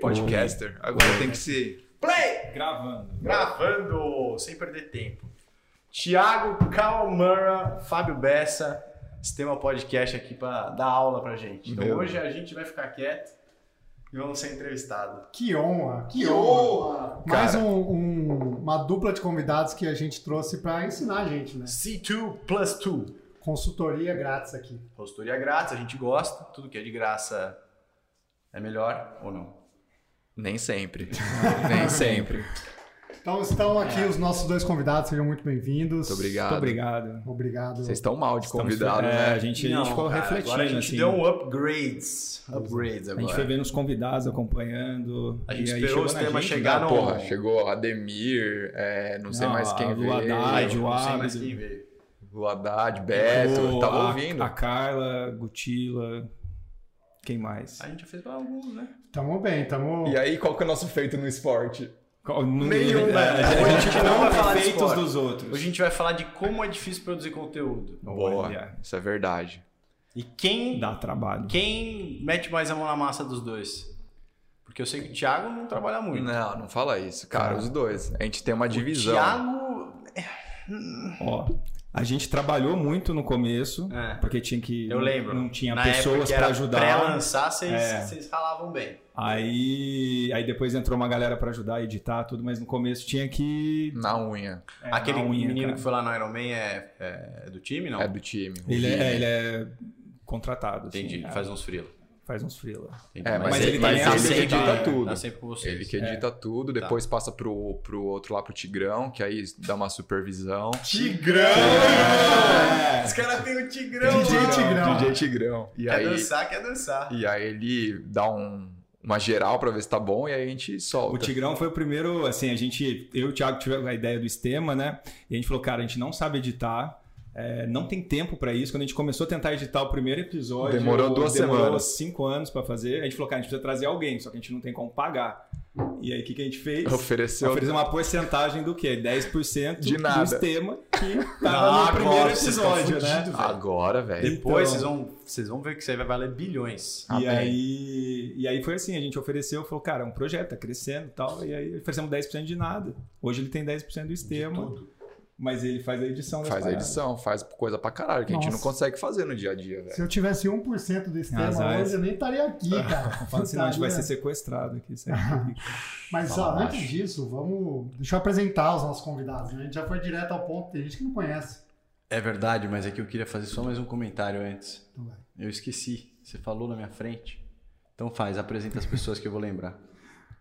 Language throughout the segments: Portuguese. Podcaster. Agora tem que se. Play! Gravando. Gravando, sem perder tempo. Tiago Calmara, Fábio Bessa, Sistema Podcast aqui para dar aula pra gente. Então Meu. hoje a gente vai ficar quieto e vamos ser entrevistado. Que honra, que, Que honra. honra! Mais Cara. um- um- uma dupla de convidados que a gente trouxe para ensinar a gente, né? C2 Plus 2. Consultoria grátis aqui. Consultoria grátis, a gente gosta. Tudo que é de graça é melhor ou não? Nem sempre. Nem sempre. Então estão aqui os nossos dois convidados, sejam muito bem-vindos. Muito obrigado. Muito obrigado. Obrigado. Vocês estão mal de Estamos- convidado, é, né? A gente, a gente ficou cara, refletindo, Agora a gente assim. deu um upgrades. Upgrades A gente agora. foi vendo os convidados, acompanhando. A e gente aí esperou chegou os na temas gente, chegar no- né? Ah, Porra, chegou Ademir, é, não sei Não, mais quem a veio. Lua Ai, Ah, Haddad, eu não sei Eduardo. mais quem veio. O Haddad, Beto, O- tava a- ouvindo. A Carla, Gutila, quem mais? A gente já fez alguns, né? Tamo bem, tamo. E aí, qual que é o nosso feito no esporte? Qual- não- Nenhum, é, né? A gente Não vai não falar de feitos esporte. dos outros. Hoje a gente vai falar de como é difícil produzir conteúdo. Boa, Olha, isso é verdade. E quem, Dá trabalho. quem mete mais a mão na massa dos dois? Porque eu sei que o Thiago não trabalha muito. Não, não fala isso, cara, Cara. os dois. A gente tem uma divisão. O Thiago. Ó, a gente trabalhou muito no começo, É, porque tinha que. eu lembro. Não tinha Na época pessoas que era pra ajudar. Pré-lançar, vocês, É. vocês ralavam bem. Aí, aí depois entrou uma galera pra ajudar a editar tudo, mas no começo tinha que. Na unha. é, Aquele na unha, menino cara. que foi lá no Iron Man é, é- é do time, não? É do time. o Ele Vini. é, ele é contratado. assim, Entendi, é, faz uns frila. faz uns freela. Entendi. É, mas ele- tem mas essa ele sempre- edita tudo. Tá sempre com vocês. Ele é. que edita tudo, Tá. depois passa pro, pro outro lá, pro Tigrão, que aí dá uma supervisão. Tigrão! É. Os caras têm o Tigrão, DJ mano. Tigrão. DJ Tigrão. E Quer aí, dançar, quer dançar. e aí ele dá um, uma geral pra ver se tá bom e aí a gente O solta. Tigrão foi o primeiro, assim, a gente, eu e o Thiago tivemos a ideia do sistema, né? E a gente falou, cara, a gente não sabe editar, é, não tem tempo pra isso. Quando a gente começou a tentar editar o primeiro episódio, Demorou duas demorou semanas. cinco anos pra fazer. A gente falou, cara, a gente precisa trazer alguém, só que a gente não tem como pagar. E aí, o que, que a gente fez? Ofereceu. Ofereceu uma porcentagem do quê? 10% De do nada. sistema que tava Ah, no primeiro agora vocês tão episódio, né? fudido, velho. Agora, velho. Depois Então- vocês, vão, vocês vão ver que isso aí vai valer bilhões. E Amém. aí, e aí foi assim, a gente ofereceu, falou, cara, é um projeto, tá crescendo e tal. E aí oferecemos 10% de nada. Hoje ele tem 10% do sistema, mas ele faz a edição das Faz a paradas. edição, faz coisa pra caralho, que a gente não Nossa. consegue fazer no dia a dia, velho. Se eu tivesse 1% do sistema Azar. hoje, eu nem estaria aqui, cara. Fala, senão a gente vai ser Estaria- sequestrado aqui. Sabe? Mas Fala, ó, antes macho. disso, vamos. Deixa eu apresentar os nossos convidados. né? A gente já foi direto ao ponto, tem gente que não conhece. É verdade, mas é que eu queria fazer só mais um comentário antes. Então vai. Eu esqueci. Você falou na minha frente. Então faz, apresenta as pessoas que eu vou lembrar.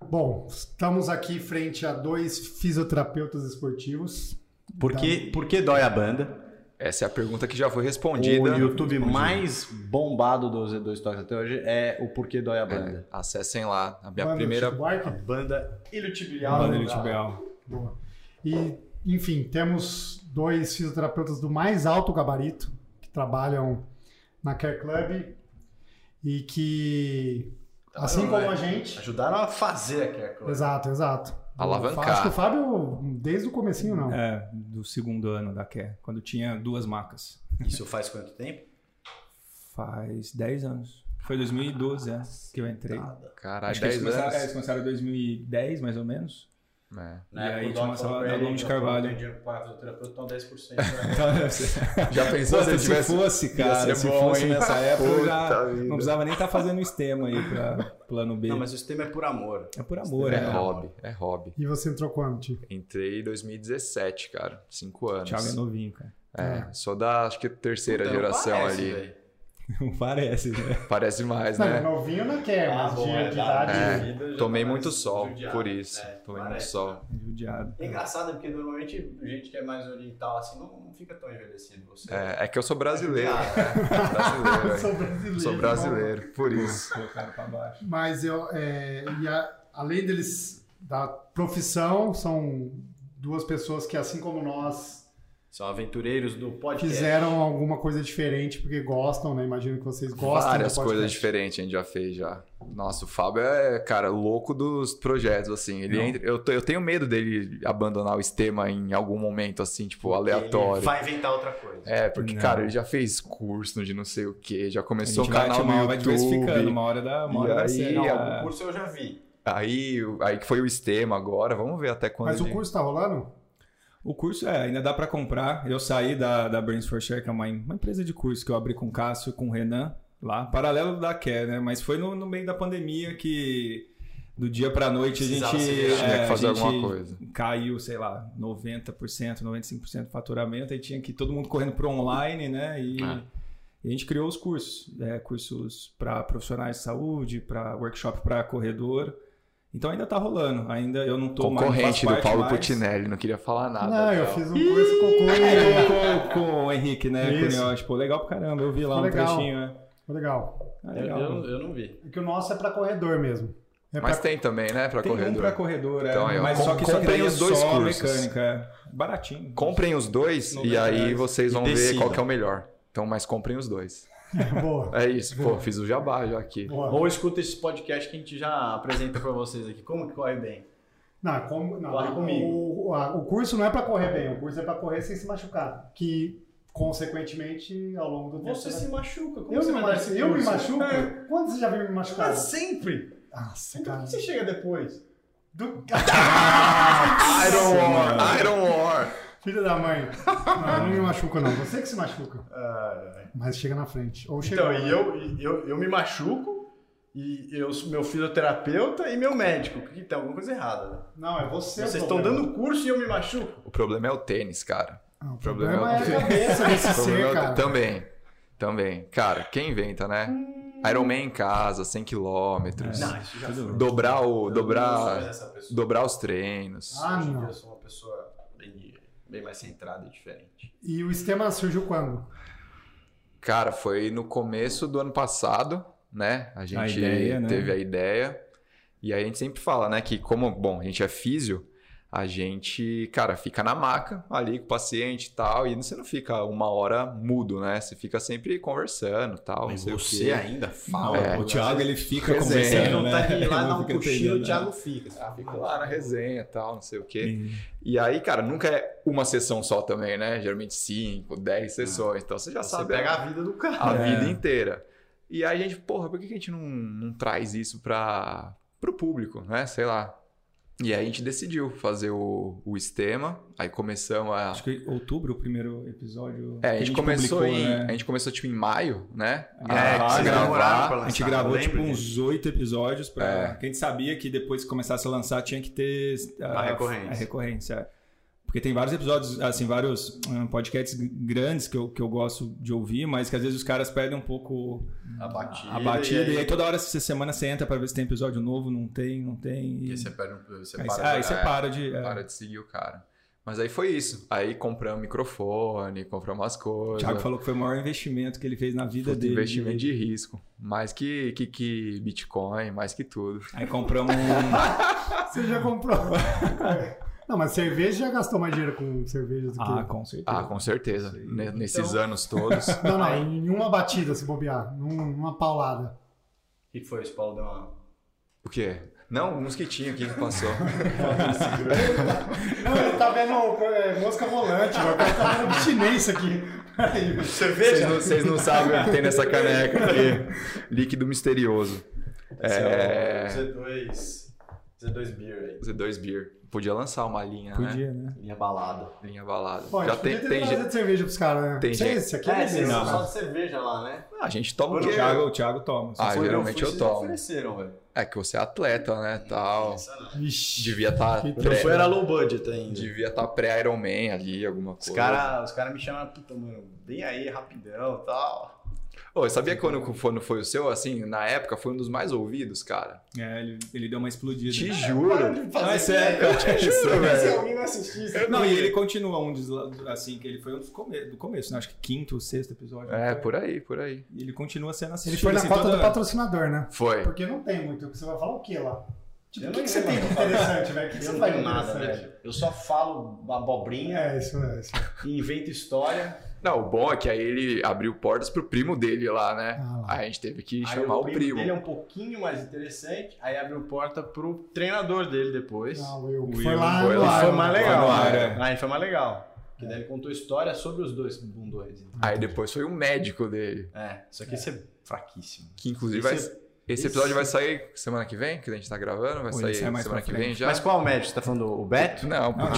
Bom, estamos aqui frente a dois fisioterapeutas esportivos. Por que, por que dói a banda? Essa é a pergunta que já foi um- O respondida. YouTube é mais bombado do Z2 Talks até hoje é o Por que dói a banda. É, Acessem lá. A minha Banda primeira. Ah. Chico Buarque. É. Banda Ilutibilial. Mano, né? ele te beal. Boa. E, enfim, temos dois fisioterapeutas do mais alto gabarito que trabalham na Care Club e que, Tá assim bom, como né? a gente. Ajudaram a fazer aqui a coisa. Exato, exato. Alavancar. Acho que o Fábio, desde o comecinho, não. É, do segundo ano da Care, quando tinha duas macas. Isso faz quanto tempo? Faz 10 anos. Foi 2012, é, que eu entrei. Caralho, Acho que eles 10 começaram, é, eles Tá, anos. começaram em 2010, mais ou menos. É. E aí tinha uma sala da Gomes Carvalho. dinheiro para fisioterapeuta, então 10%. né? Então, É. Já pensou Pô, se se eu tivesse. fosse, cara, ia ser se bom, fosse hein? nessa época, eu já Puta vida. não precisava nem estar fazendo sistema aí pra plano B. Não, mas o sistema é por amor. É por amor, É né? hobby, é hobby. E você entrou quando, Ti? Entrei em 2017, cara. Cinco anos. Thiago é né? novinho, cara. É, sou da, acho que terceira Puta, não geração Então, parece, ali. velho. Não parece, né? Parece mais, Não, é né? novinho não quer, mas de, de idade. né? É. vida, já Tomei tá muito mais sol, judiado. por isso. É, Tomei muito parece, sol. né? Judiado. É engraçado, porque normalmente gente que é mais oriental assim não, não fica tão envelhecido. Você É, é que eu sou brasileiro. Ah. né? brasileiro Eu aí. sou brasileiro. então. sou brasileiro, por isso. Colocaram pra baixo. Mas eu, é, e a- além deles da profissão, são duas pessoas que, assim como nós, São aventureiros do podcast. fizeram alguma coisa diferente porque gostam, né? Imagino que vocês gostam. Várias do podcast. coisas diferentes a gente já fez já. Nossa, o Fábio é, cara, louco dos projetos, assim. Ele Não. entra- eu, te- eu tenho medo dele abandonar o sistema em algum momento, assim, tipo, aleatório. Ele vai inventar outra coisa. É, porque, Não. cara, ele já fez curso de não sei o que, já A começou o gente vai, canal uma, no vai diversificando, YouTube. uma hora da uma E hora da aí, série. algum O curso eu já vi. Aí, aí que foi o Estema agora, vamos ver até quando. Mas o ele- curso tá rolando? O curso é, ainda dá para comprar. Eu saí da, da Brains for Share, que é uma, uma empresa de curso que eu abri com o Cássio, com o Renan, lá, paralelo da Care, né? Mas foi no, no meio da pandemia que do dia para noite a gente, Precisava acelerar. Tinha que fazer é, a gente alguma coisa. Caiu, sei lá, 90%, 95% do faturamento, aí tinha que todo mundo correndo para online, né? E, É. e a gente criou os cursos, é, cursos para profissionais de saúde, para workshop para corredor. Então ainda tá rolando, ainda eu não tô mais, Concorrente né? não faço do Paulo parte mais Putinelli, não queria falar nada. não, eu Léo. fiz um curso com o Cunha. com, com o Henrique, né? Com o Isso. Nioche. Pô, legal pra caramba. Eu vi lá Ficou um legal. trechinho, né? Legal. Ah, Eu, legal. eu, eu não vi. É que o nosso é pra corredor mesmo. É Mas pra- tem também, né, pra Tem corredor. um pra corredor, é. Então, aí, ó, mas só que só que comprei daí é os dois só cursos. mecânica. é. Baratinho. Comprem os dois e 90 aí reais. vocês E vão ver decidam. qual que é o melhor. Então, mas comprem os dois. Boa. É isso. Pô, fiz o jabá já aqui. Boa. Ou escuta esse podcast que a gente já apresenta pra vocês aqui. Como que corre bem? Não, é como, não, Corre comigo. O, o- a- o curso não é pra correr bem, o curso é pra correr sem se machucar. Que, consequentemente, ao longo do tempo. Você vai- se machuca. Como É, eu, você me vai dar machuco, esse eu me curso? machuco? É. Quando você já viu me machucar? Mas sempre. Nossa, Então por cara. que você chega depois? Do... Iron War! Iron War! Filho da mãe. Não, eu não me machuco, não. Você que se machuca. Mas chega na frente. Ou chega Ah, Então, e eu, e eu, eu me machuco, e eu, sou meu fisioterapeuta e meu médico. Que tem alguma coisa errada, né? Não, é você. o Vocês estão problema. dando curso e eu me machuco? O problema é o tênis, cara. Ah, o problema problema é é o a cabeça desse O problema é ser, o tê- cara. Também. Também. Cara, quem inventa, né? Hum. Iron Man em casa, 100 quilômetros. Não, isso já Tudo foi. bem. Dobrar o. Eu não sou mais Dobrar. essa pessoa. Dobrar os treinos. Ah, Hoje em não. dia Eu sou uma pessoa bem, bem mais centrada e diferente. E o sistema surgiu quando? Cara, foi no começo do ano passado, né? A gente ideia, né? teve a ideia. E aí a gente sempre fala, né, que como, bom, a gente é físio, a gente, cara, fica na maca ali com o paciente e tal, e você não fica uma hora mudo, né? Você fica sempre conversando e tal. não sei o quê. ainda Não, É. pô, o Thiago, ele fica Resenha. Se ele conversando, não né? tá aqui lá, Ele dá um fica cochilo, entendendo, o né? Thiago fica. Ah, Fica lá na resenha e tal, não sei o quê. E aí, cara, nunca é uma sessão só também, né? Geralmente cinco, dez sessões. Então você já Você sabe pega a vida do cara. a É. vida inteira. E aí a gente, porra, por que que a gente não, não traz isso para o público, né? Sei lá. E aí a gente decidiu fazer o, o Estema, aí começamos a... Acho que em outubro, o primeiro episódio. É, a que gente, começou em... publicou, né? A gente começou, tipo, em maio, né? Ah, a vocês É, demoraram pra gravar. A gente lançar, gravou eu tipo lembro uns oito episódios pra. É. Porque a gente sabia que depois que começasse a lançar tinha que ter ah, A recorrência. A recorrência. é. Porque tem vários episódios, assim, vários hum, podcasts g- grandes que eu, que eu gosto de ouvir, mas que às vezes os caras perdem um pouco A batida. a batida. E aí, e aí- toda hora, essa semana, você entra pra ver se tem episódio novo, não tem, não tem. e E... aí você perde um- você aí, para você- pra ah, aí você é, para de. é. Para de seguir o cara. Mas aí foi isso. Aí compramos microfone, compramos umas O coisas. Thiago falou que foi o maior investimento que ele fez na vida Puta, dele. investimento de risco. Mais que, que, que Bitcoin, mais que tudo. Aí compramos um. Você já comprou. Não, mas cerveja já gastou mais dinheiro com cerveja do que. ah, com certeza. Ah, com certeza. Sim. Ne- Nesses anos todos. Não, não, em uma batida se bobear, num- numa paulada. O que foi? Esse Paulo deu uma. O quê? Não, um mosquitinho aqui que passou. Não, ele tá vendo é, mosca volante, o cara tá vendo abstinência aqui. Peraí, Vocês Cerveja? não, vocês não sabem o que tem nessa caneca aqui. Líquido misterioso. É. Z2. Z2 Beer aí. Z2 Beer. Podia lançar uma linha, Podia, né? Linha balada. né? Linha balada. Pô, a Já gente tem, podia ter tem trazido gente. cerveja pros caras, né? tem Isso é gente- Esse aqui é, É, vocês beleza, são cara. só de cerveja lá, né? Ah, a gente toma o Quando quê? O Thiago, o Thiago toma. Ah, Quando geralmente fui, eu vocês tomo. ofereceram, velho. É que você é atleta, né? Tal. Impressionante. Ixi. Devia estar Que Não foi, pré, era low budget ainda. devia tá pré-Iron Man ali, alguma Os coisa. caras os cara me chamam, puta, mano, bem aí, rapidão e tal. Ô, sabia que quando o fone foi o seu, assim, na época foi um dos mais ouvidos, cara? É, ele, ele deu uma explodida. Te Para juro. de fazer Não, é sério, merda. eu te juro, Se velho. alguém não assistir, isso é Não, e comigo. ele continua um dos, assim, que ele foi um dos come- do começo, né? Acho que quinto ou sexto episódio. É, por aí, por aí. E ele continua sendo assistido. Ele foi na assim, cota toda- do patrocinador, né? Foi. Porque não tem muito. Você vai falar o que lá? Tipo, Eu o que, não que você sei tem de mais o que falar. interessante, velho? O que, que Eu você não faz de tenho nada, interessante? velho. Ah, Eu só falo abobrinha né? É, isso é. Isso. e invento história. Não, o bom é que aí ele abriu portas pro primo dele lá, né? Ah, lá. Aí a gente teve que Aí chamar o primo. dele é um pouquinho mais interessante, aí abriu porta pro treinador dele depois. Não, Will, que Will, foi lá foi no lá, ar, Aí foi né? É. mais Foi legal. no ar, é. né? Aí foi mais legal. Porque daí ele contou história sobre os dois bundões. Aí depois foi o médico dele, É, isso aqui ia ser fraquíssimo. que inclusive Isso vai, é- Esse Isso. episódio vai sair semana que vem, que a gente tá gravando, vai Ou ele sair sai é mais semana pra que frente. vem já. Mas qual médico? Você tá falando o Beto? Não, porque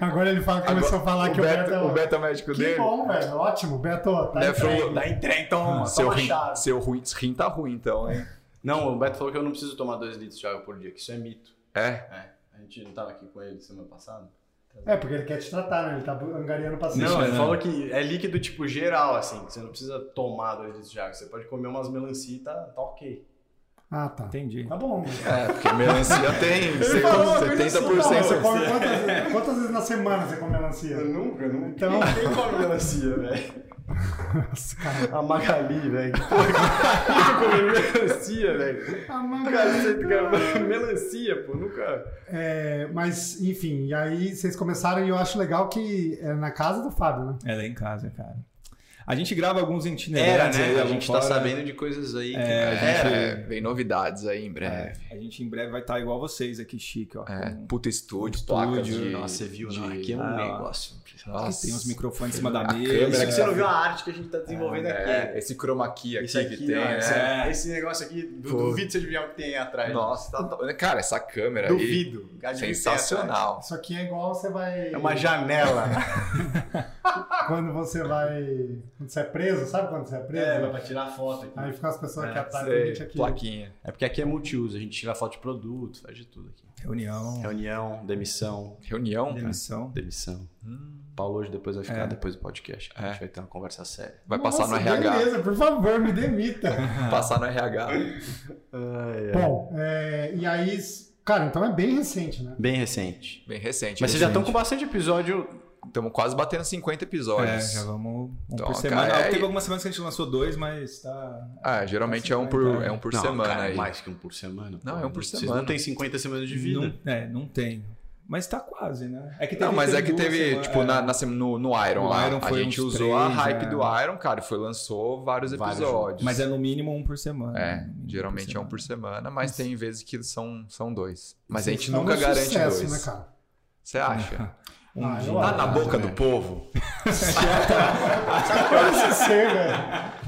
Agora ele fala, começou a falar é o, que Beto, o Beto. o Beto é o médico Que dele. é bom, velho. Ótimo, Beto. Tá Deve entregue. pro- Dá entrega, toma, "Hum, Seu toma rim, chave. seu ruim, rim tá ruim, então, hein? Não, o Beto falou que eu não preciso tomar dois litros de água por dia, que isso é mito. É. É, a gente não tava aqui com ele semana passada? É, porque ele quer te tratar, né? Ele tá angariando paciente. Não, Sim, ele não. falou que é líquido tipo geral, assim, que você não precisa tomar dois litros de água, você pode comer umas melancia e tá, tá ok. Ah, tá. Entendi. Tá bom. É, porque melancia tem Ele falou uma coisa assim, não, 70%. você come quantas, quantas vezes na semana você come melancia? nunca, nunca. Então- quem come melancia, velho? Nossa, cara. A Magali, velho. Nunca comi melancia, velho. Ah, mas- Cara, você fica- melancia, pô, nunca. É, mas, enfim, e aí vocês começaram e eu acho legal que é na casa do Fábio, né? É lá em casa, cara. A gente grava alguns Era, itinerantes. aí, né? A lá gente tá fora. sabendo de coisas aí. que- É, a Era. É, vem novidades aí em É, breve. a gente em breve vai estar igual vocês aqui, chique, ó. É, Com- puta estúdio, Estúdio, placas de... Nossa, você viu, de- não, aqui é um Ah, ó. negócio. Nossa. Tem uns microfones em cima da A mesa. câmera Por isso que É. você não viu a arte que a gente tá desenvolvendo aqui. É, esse chroma key aqui, Esse, aqui, que tem, ó, né? esse, É. esse negócio aqui, du- Pô. duvido você adivinhar o que tem aí atrás. Nossa, tá- tá- cara, essa câmera aí, Duvido. Adivinha o que tem atrás. sensacional. Isso aqui é igual você vai. né? Ah, É uma janela. Quando você vai. Quando você é preso, sabe quando você é preso? é, mas pra tirar foto aqui. Aí ficam as pessoas É, que atacam a Sei, gente aqui. plaquinha. É porque aqui é multiuso, a gente tira foto de produto, faz de tudo aqui. É. Reunião, Reunião, demissão, Reunião, cara. demissão. demissão. Hum, Paulo hoje depois vai ficar É. depois do podcast. A gente É. vai ter uma conversa séria. vai passar no Nossa, RH. Beleza, por favor, me demita. Passar no RH. Bom, é, e aí. s- Cara, então é bem recente, né? Bem recente. Bem recente. Mas vocês Estamos já estão com bastante episódio. quase batendo 50 É, episódios. já vamos um Então, por cara, semana. é- Ah, Teve algumas semanas que a gente lançou dois, mas tá. Ah, geralmente é um por, é um por Não, semana cara, aí. Mais que um por semana. Não, pô. é um por Vocês semana. não tem 50 semanas de vida. Não, é, não tem. Mas tá quase, né? É que Não, mas é que duas teve, semanas- tipo, é. na, na sem- no, no Iron No lá. Iron a foi gente uns usou a três, hype é. do Iron, cara, e foi, lançou vários Vários episódios. Mas é no mínimo um por semana. É, No mínimo geralmente é um por semana, mas tem vezes que são, são dois. Mas a gente Então é um nunca garante sucesso, dois. né, cara? Você acha? Um Ah, eu dia. Tá acho. na Ah, boca também. do povo. Parece ser, velho.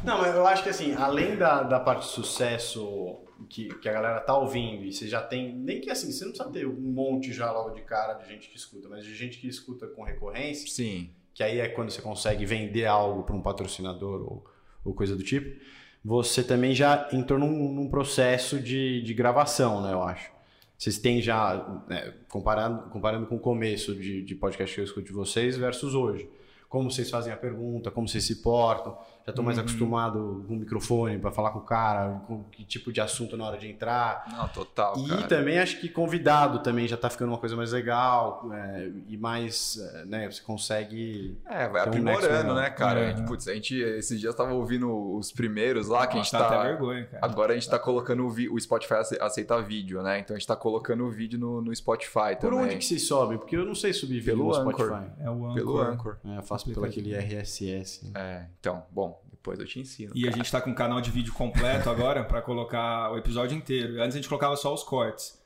Não, mas eu acho que assim, além da, da parte de sucesso que, que a galera tá ouvindo, e você já tem. Nem que assim, você não precisa ter um monte já logo de cara de gente que escuta, mas de gente que escuta com recorrência, Sim. que aí é quando você consegue vender algo para um patrocinador ou, ou coisa do tipo, você também já entrou num, num processo de, de gravação, né, eu acho. Vocês têm já, né, comparando, comparando com o começo de, de podcast que eu escuto de vocês versus hoje. Como vocês fazem a pergunta, como vocês se portam, já estou mais acostumado com o microfone para falar com o cara, com que tipo de assunto na hora de entrar. Não, total, E Ah, cara. também acho que convidado também já tá ficando uma coisa mais legal é, e mais, é, né, você consegue... É, vai Então, next aprimorando, level. né, cara? É. A gente, putz, a gente esses dias tava ouvindo os primeiros lá, que a gente Tá tá. até vergonha, cara. Agora a gente tá colocando o, vi... o Spotify ace- aceita vídeo, né? Então a gente tá colocando o vídeo no, no Spotify Por também. onde que vocês sobem? Porque eu não sei subir vídeo Pelo no Anchor. Spotify. É o Pelo Anchor. Anchor. É, eu faço pelo aquele RSS. É, então, bom, depois eu te ensino. E a gente tá com um canal de vídeo completo agora pra colocar o episódio inteiro. Antes a gente colocava só os cortes.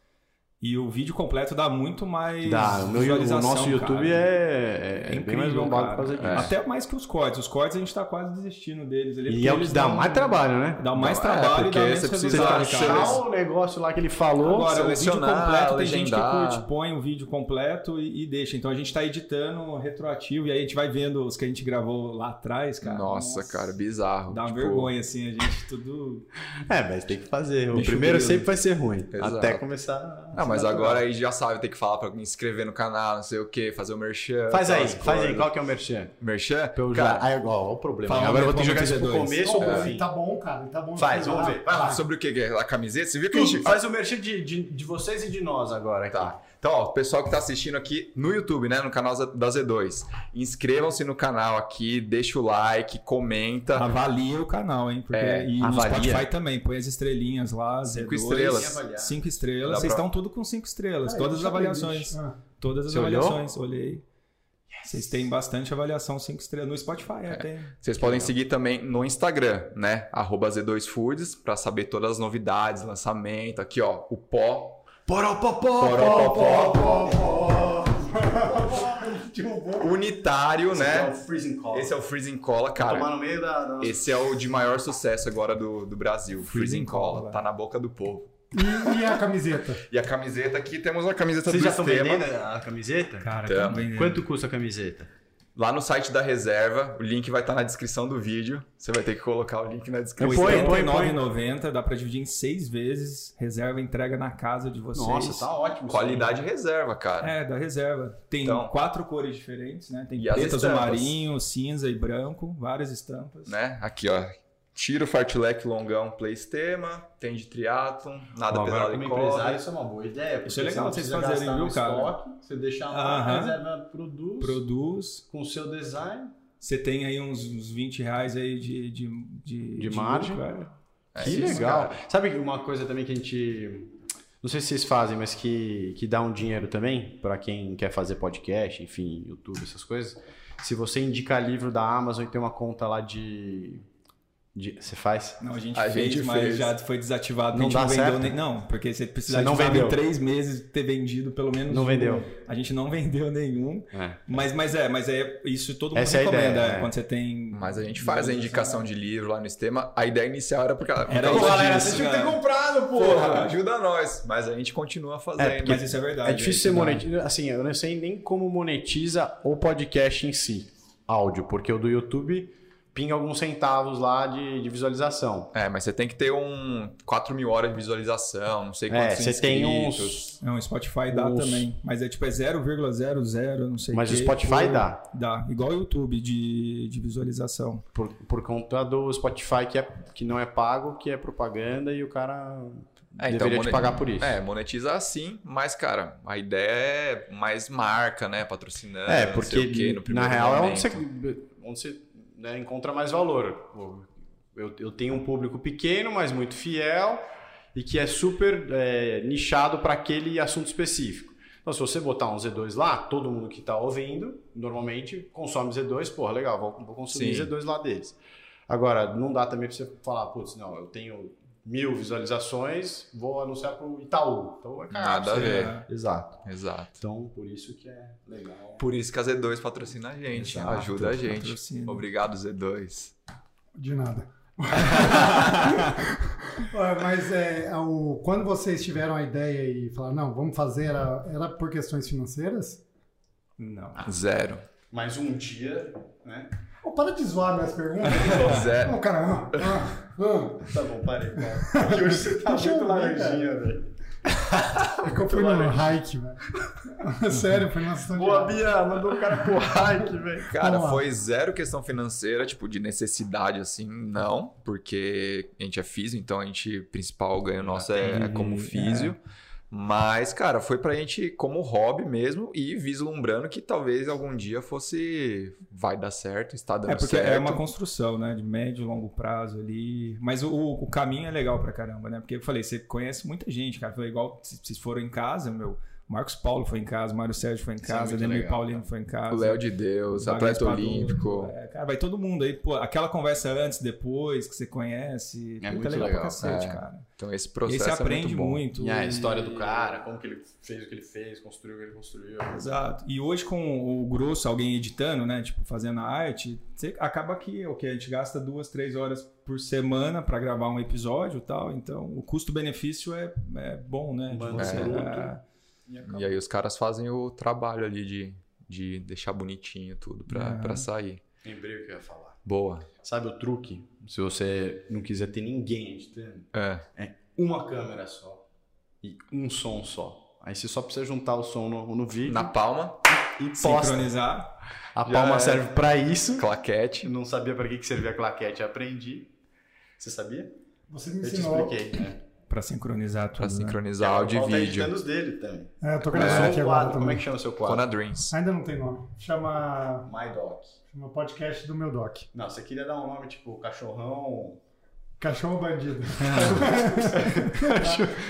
E o vídeo completo dá muito mais Dá, o, meu, o visualização, nosso YouTube cara. é, é, é bem mais bombado por cara. causa disso. É. Até mais que os cortes. Os cortes a gente tá quase desistindo deles. ali, E porque é o que eles dá não- mais trabalho, né? um Dá mais É, trabalho e porque dá menos você precisa Você Exato, resultado, cara. achar um o negócio lá que ele falou... Agora, o vídeo selecionar, completo, tem gente que legendar. curte, põe o vídeo completo e, e deixa. Então a gente tá editando retroativo e aí a gente vai vendo os que a gente gravou lá atrás, cara. Nossa, cara, bizarro. Dá uma Tipo, vergonha, assim, a gente tudo. É, mas tem que fazer. O Deixa primeiro eu ver. sempre vai ser ruim. Exato. Até começar... a Não, se mas natural. agora aí já sabe, tem que falar pra me inscrever no canal, não sei o quê, fazer o merchan. Faz aí, aquelas faz aí. coisas. Qual que é o merchan? Merchan? Pra eu Cara, já... Ah, igual, olha o problema. Fala, Agora eu vou ter que jogar vamos É. isso fazer pro dois. começo ou Ô, pro Fih, fim? Tá bom, cara. Tá bom. Faz, vamos ver. Vai lá. sobre o quê? que? é? A camiseta? Você viu que a Tu, gente... faz o merchan de, de, de vocês e de nós agora. aqui. Tá. Então, ó, o pessoal que tá assistindo aqui no YouTube, né? No canal Z- da Z2. Inscrevam-se no canal aqui, deixa o like, Ah, comenta. Avalia o canal, hein? Porque... É, e no avalia. Spotify também, põe as estrelinhas lá, Cinco Z2, estrelas. Sem avaliar. Cinco Dá estrelas. Vocês pra- estão tudo com cinco estrelas. Peraí, todas as deixa Ah, eu ver, avaliações. deixa- ah. Todas as Você olhou? avaliações. Olhei. Vocês têm bastante avaliação cinco estrelas. No Spotify, é, tem. Vocês podem seguir também no Instagram, né? Arroba Z2Foods, pra saber todas as novidades, lançamento. Aqui, ó, o pó. Poropopó! Poropopó. poropopó. Derrubou. Unitário, Esse né? é o Freezing Call. Esse é o Freezing Cola, cara. Tomar no meio da... da- Esse é o de maior sucesso agora do, do Brasil, Freezing Freezing Cola. Cola. Tá na boca do povo. Ah. E, e a camiseta? E a camiseta aqui, temos a camiseta Vocês do já estão Estema. vendendo a camiseta? Cara, Então, também. Quanto custa a camiseta? Lá no site da reserva, o link vai estar na descrição do vídeo. Você vai ter que colocar o link na É descrição. Põe, R$ põe, põe. 49,90, dá pra dividir em seis vezes, reserva e entrega na casa de vocês. tá ótimo. Qualidade reserva, tá cara. É, da reserva. Tem Então- quatro cores diferentes, né? Tem E as preto, azul estampas? marinho, cinza e branco, várias estampas. Né? Aqui, ó. Tiro, fartlek, longão, playstema. Tem de triatlon, nada Bom, agora pesado como e cola. empresário, isso é uma boa ideia. porque Isso é legal você não vocês precisa fazerem, gastar viu, no cara? estoque, você deixa lá, Aham. reserva, produz, Produz. com o seu design. Você tem aí uns, uns 20 reais aí de... De, de, De margem. lucro, é. É que isso, legal. cara. Sabe uma coisa também que a gente... Não sei se vocês fazem, mas que, que dá um dinheiro também para quem quer fazer podcast, enfim, YouTube, essas coisas. Se você indica livro da Amazon e tem uma conta lá de... de você faz? Não, a gente A fez, gente mas fez. já foi desativado. Não a gente dá não vendeu certo? nem. Não, porque você precisa Você não ativar vendeu. em três meses ter vendido pelo menos. Não um. vendeu. A gente não vendeu nenhum. É. Mas, mas é, mas é isso todo mundo Essa é a recomenda. ideia, é, é. Quando você tem. é. Mas a gente faz a indicação de livro lá no Estema. A ideia inicial era porque... Era por isso, causa galera, Então, disso. vocês tinham que ter comprado, Porra, ajuda nós. Mas a gente continua fazendo. É, Mas isso é verdade. É difícil isso você dá. monetizar. Assim, eu não sei nem como monetiza o podcast em si, áudio, porque o do YouTube pinga alguns centavos lá de, de visualização. É, mas você tem que ter um 4 mil horas de visualização, não sei É, quantos você tem inscritos. uns. Não, o É, um Spotify dá Os- também. Mas é tipo, é 0,00, não sei Mas o quê, Spotify por- dá, Dá. Igual o YouTube de, de visualização. por, por conta do Spotify que, é, que não é pago, que é propaganda e o cara É, então, deveria mone- te pagar por isso. É, monetiza assim, mas, cara, a ideia é mais marca, né? Patrocinando. É, não porque sei o quê, no na primeiro real é momento. onde você, onde você, né, encontra mais valor. Pô, Eu, eu tenho um público pequeno, mas muito fiel e que é super é, nichado para aquele assunto específico. Então, se você botar um Z2 lá, todo mundo que está ouvindo normalmente consome Z2, porra, legal, vou, vou consumir Sim. Z2 lá deles. Agora, não dá também para você falar, putz, não, eu tenho mil visualizações, vou anunciar para o Itaú. Então, é caro, Nada a Ah, você- ver. Exato. Exato. Então, por isso que é legal. Por isso que a Z2 patrocina a gente, Exato, ajuda a gente. patrocina. Obrigado, Z2. De nada. Olha, Mas é, o, quando vocês tiveram a ideia e falaram, não, vamos fazer, era, era por questões financeiras? Não. Ah. Zero. Mas um dia, né? Ô, para de zoar minhas perguntas. Zero. Ô, caramba. Ah, ah. Tá bom, parei. Porque hoje você tá Deixa eu muito ver, laranjinha, velho. É que eu fui no hike, velho. Sério, foi numa sessão de Boa, hike. Bia, mandou o cara pro hike, velho. Cara, Vamos lá. foi zero questão financeira, tipo, de necessidade, assim, não, porque a gente é físio, então a gente, o principal ganho nosso é, é como Uhum, físio. Mas, cara, foi pra gente como hobby mesmo e vislumbrando que talvez algum dia fosse. Vai dar certo, está dando É porque certo. é uma construção, né? De médio e longo prazo ali. Mas o, o caminho é legal pra caramba, né? Porque eu falei, você conhece muita gente, cara. Foi igual se vocês foram em casa, meu. Marcos Paulo foi em casa, Mário Sérgio foi em Isso é casa, muito Ademir legal, Paulino foi em casa. O Léo de Deus, Wagner atleta Spadolo, olímpico. É, cara, vai todo mundo aí, pô, aquela conversa antes, depois, que você conhece. É puta, muito legal, legal, pra cacete, é. cara. Então esse E aí processo você é muito aprende bom. muito. E a história do cara, como que ele fez o que ele fez, construiu o que ele construiu. Exato. E hoje com o grosso, alguém editando, né? Tipo, fazendo a arte, você acaba que o que a gente gasta duas, três horas por semana pra gravar um episódio e tal. Então, o custo-benefício é, é bom, né? de Mano, você, é. ah, E aí os caras fazem o trabalho ali de, de deixar bonitinho tudo pra, É. pra sair. Lembrei o que eu ia falar. Boa. Sabe o truque? Se você não quiser ter ninguém editando, É. uma câmera só e um som só. Aí você só precisa juntar o som no, no vídeo Na palma, e posta. sincronizar. A Já palma é. serve pra isso. claquete. Eu não sabia pra que que servia a claquete, aprendi. Você sabia? Você me Eu te ensinou. expliquei. né? Pra sincronizar tudo. Pra né? sincronizar Agora áudio falta e vídeo. tá editando os dele também. É, eu tô Mas gravando só aqui o agora quadro, como é também. que chama o seu quadro? Kona Dreams. Ainda não tem nome. Chama, My Dog. chama podcast do meu doc. Não, você queria dar um nome tipo cachorrão. Cachorro bandido.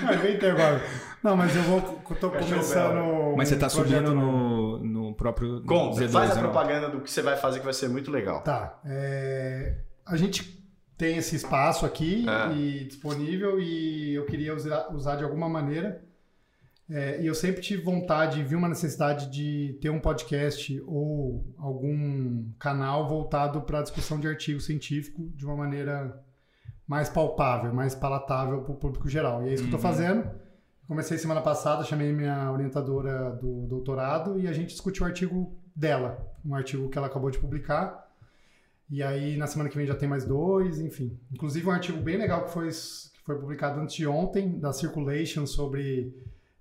Ah, inventei agora. Não, mas eu vou. eu Tô Cachorro começando. Mas você tá um projeto subindo novo. no, no próprio Conta, Z2, faz a né? propaganda do que você vai fazer que vai ser muito legal. Tá. é, a gente tem esse espaço aqui É. e disponível e eu queria usar, usar de alguma maneira. É, e eu sempre tive vontade, vi uma necessidade de ter um podcast ou algum canal voltado para a discussão de artigo científico de uma maneira mais palpável, mais palatável para o público geral. E é isso que eu estou fazendo. Comecei semana passada, chamei minha orientadora do doutorado e a gente discutiu o artigo dela, um artigo que ela acabou de publicar. E aí, na semana que vem já tem mais dois, enfim. Inclusive, um artigo bem legal que foi, que foi publicado antes de ontem, da Circulation, sobre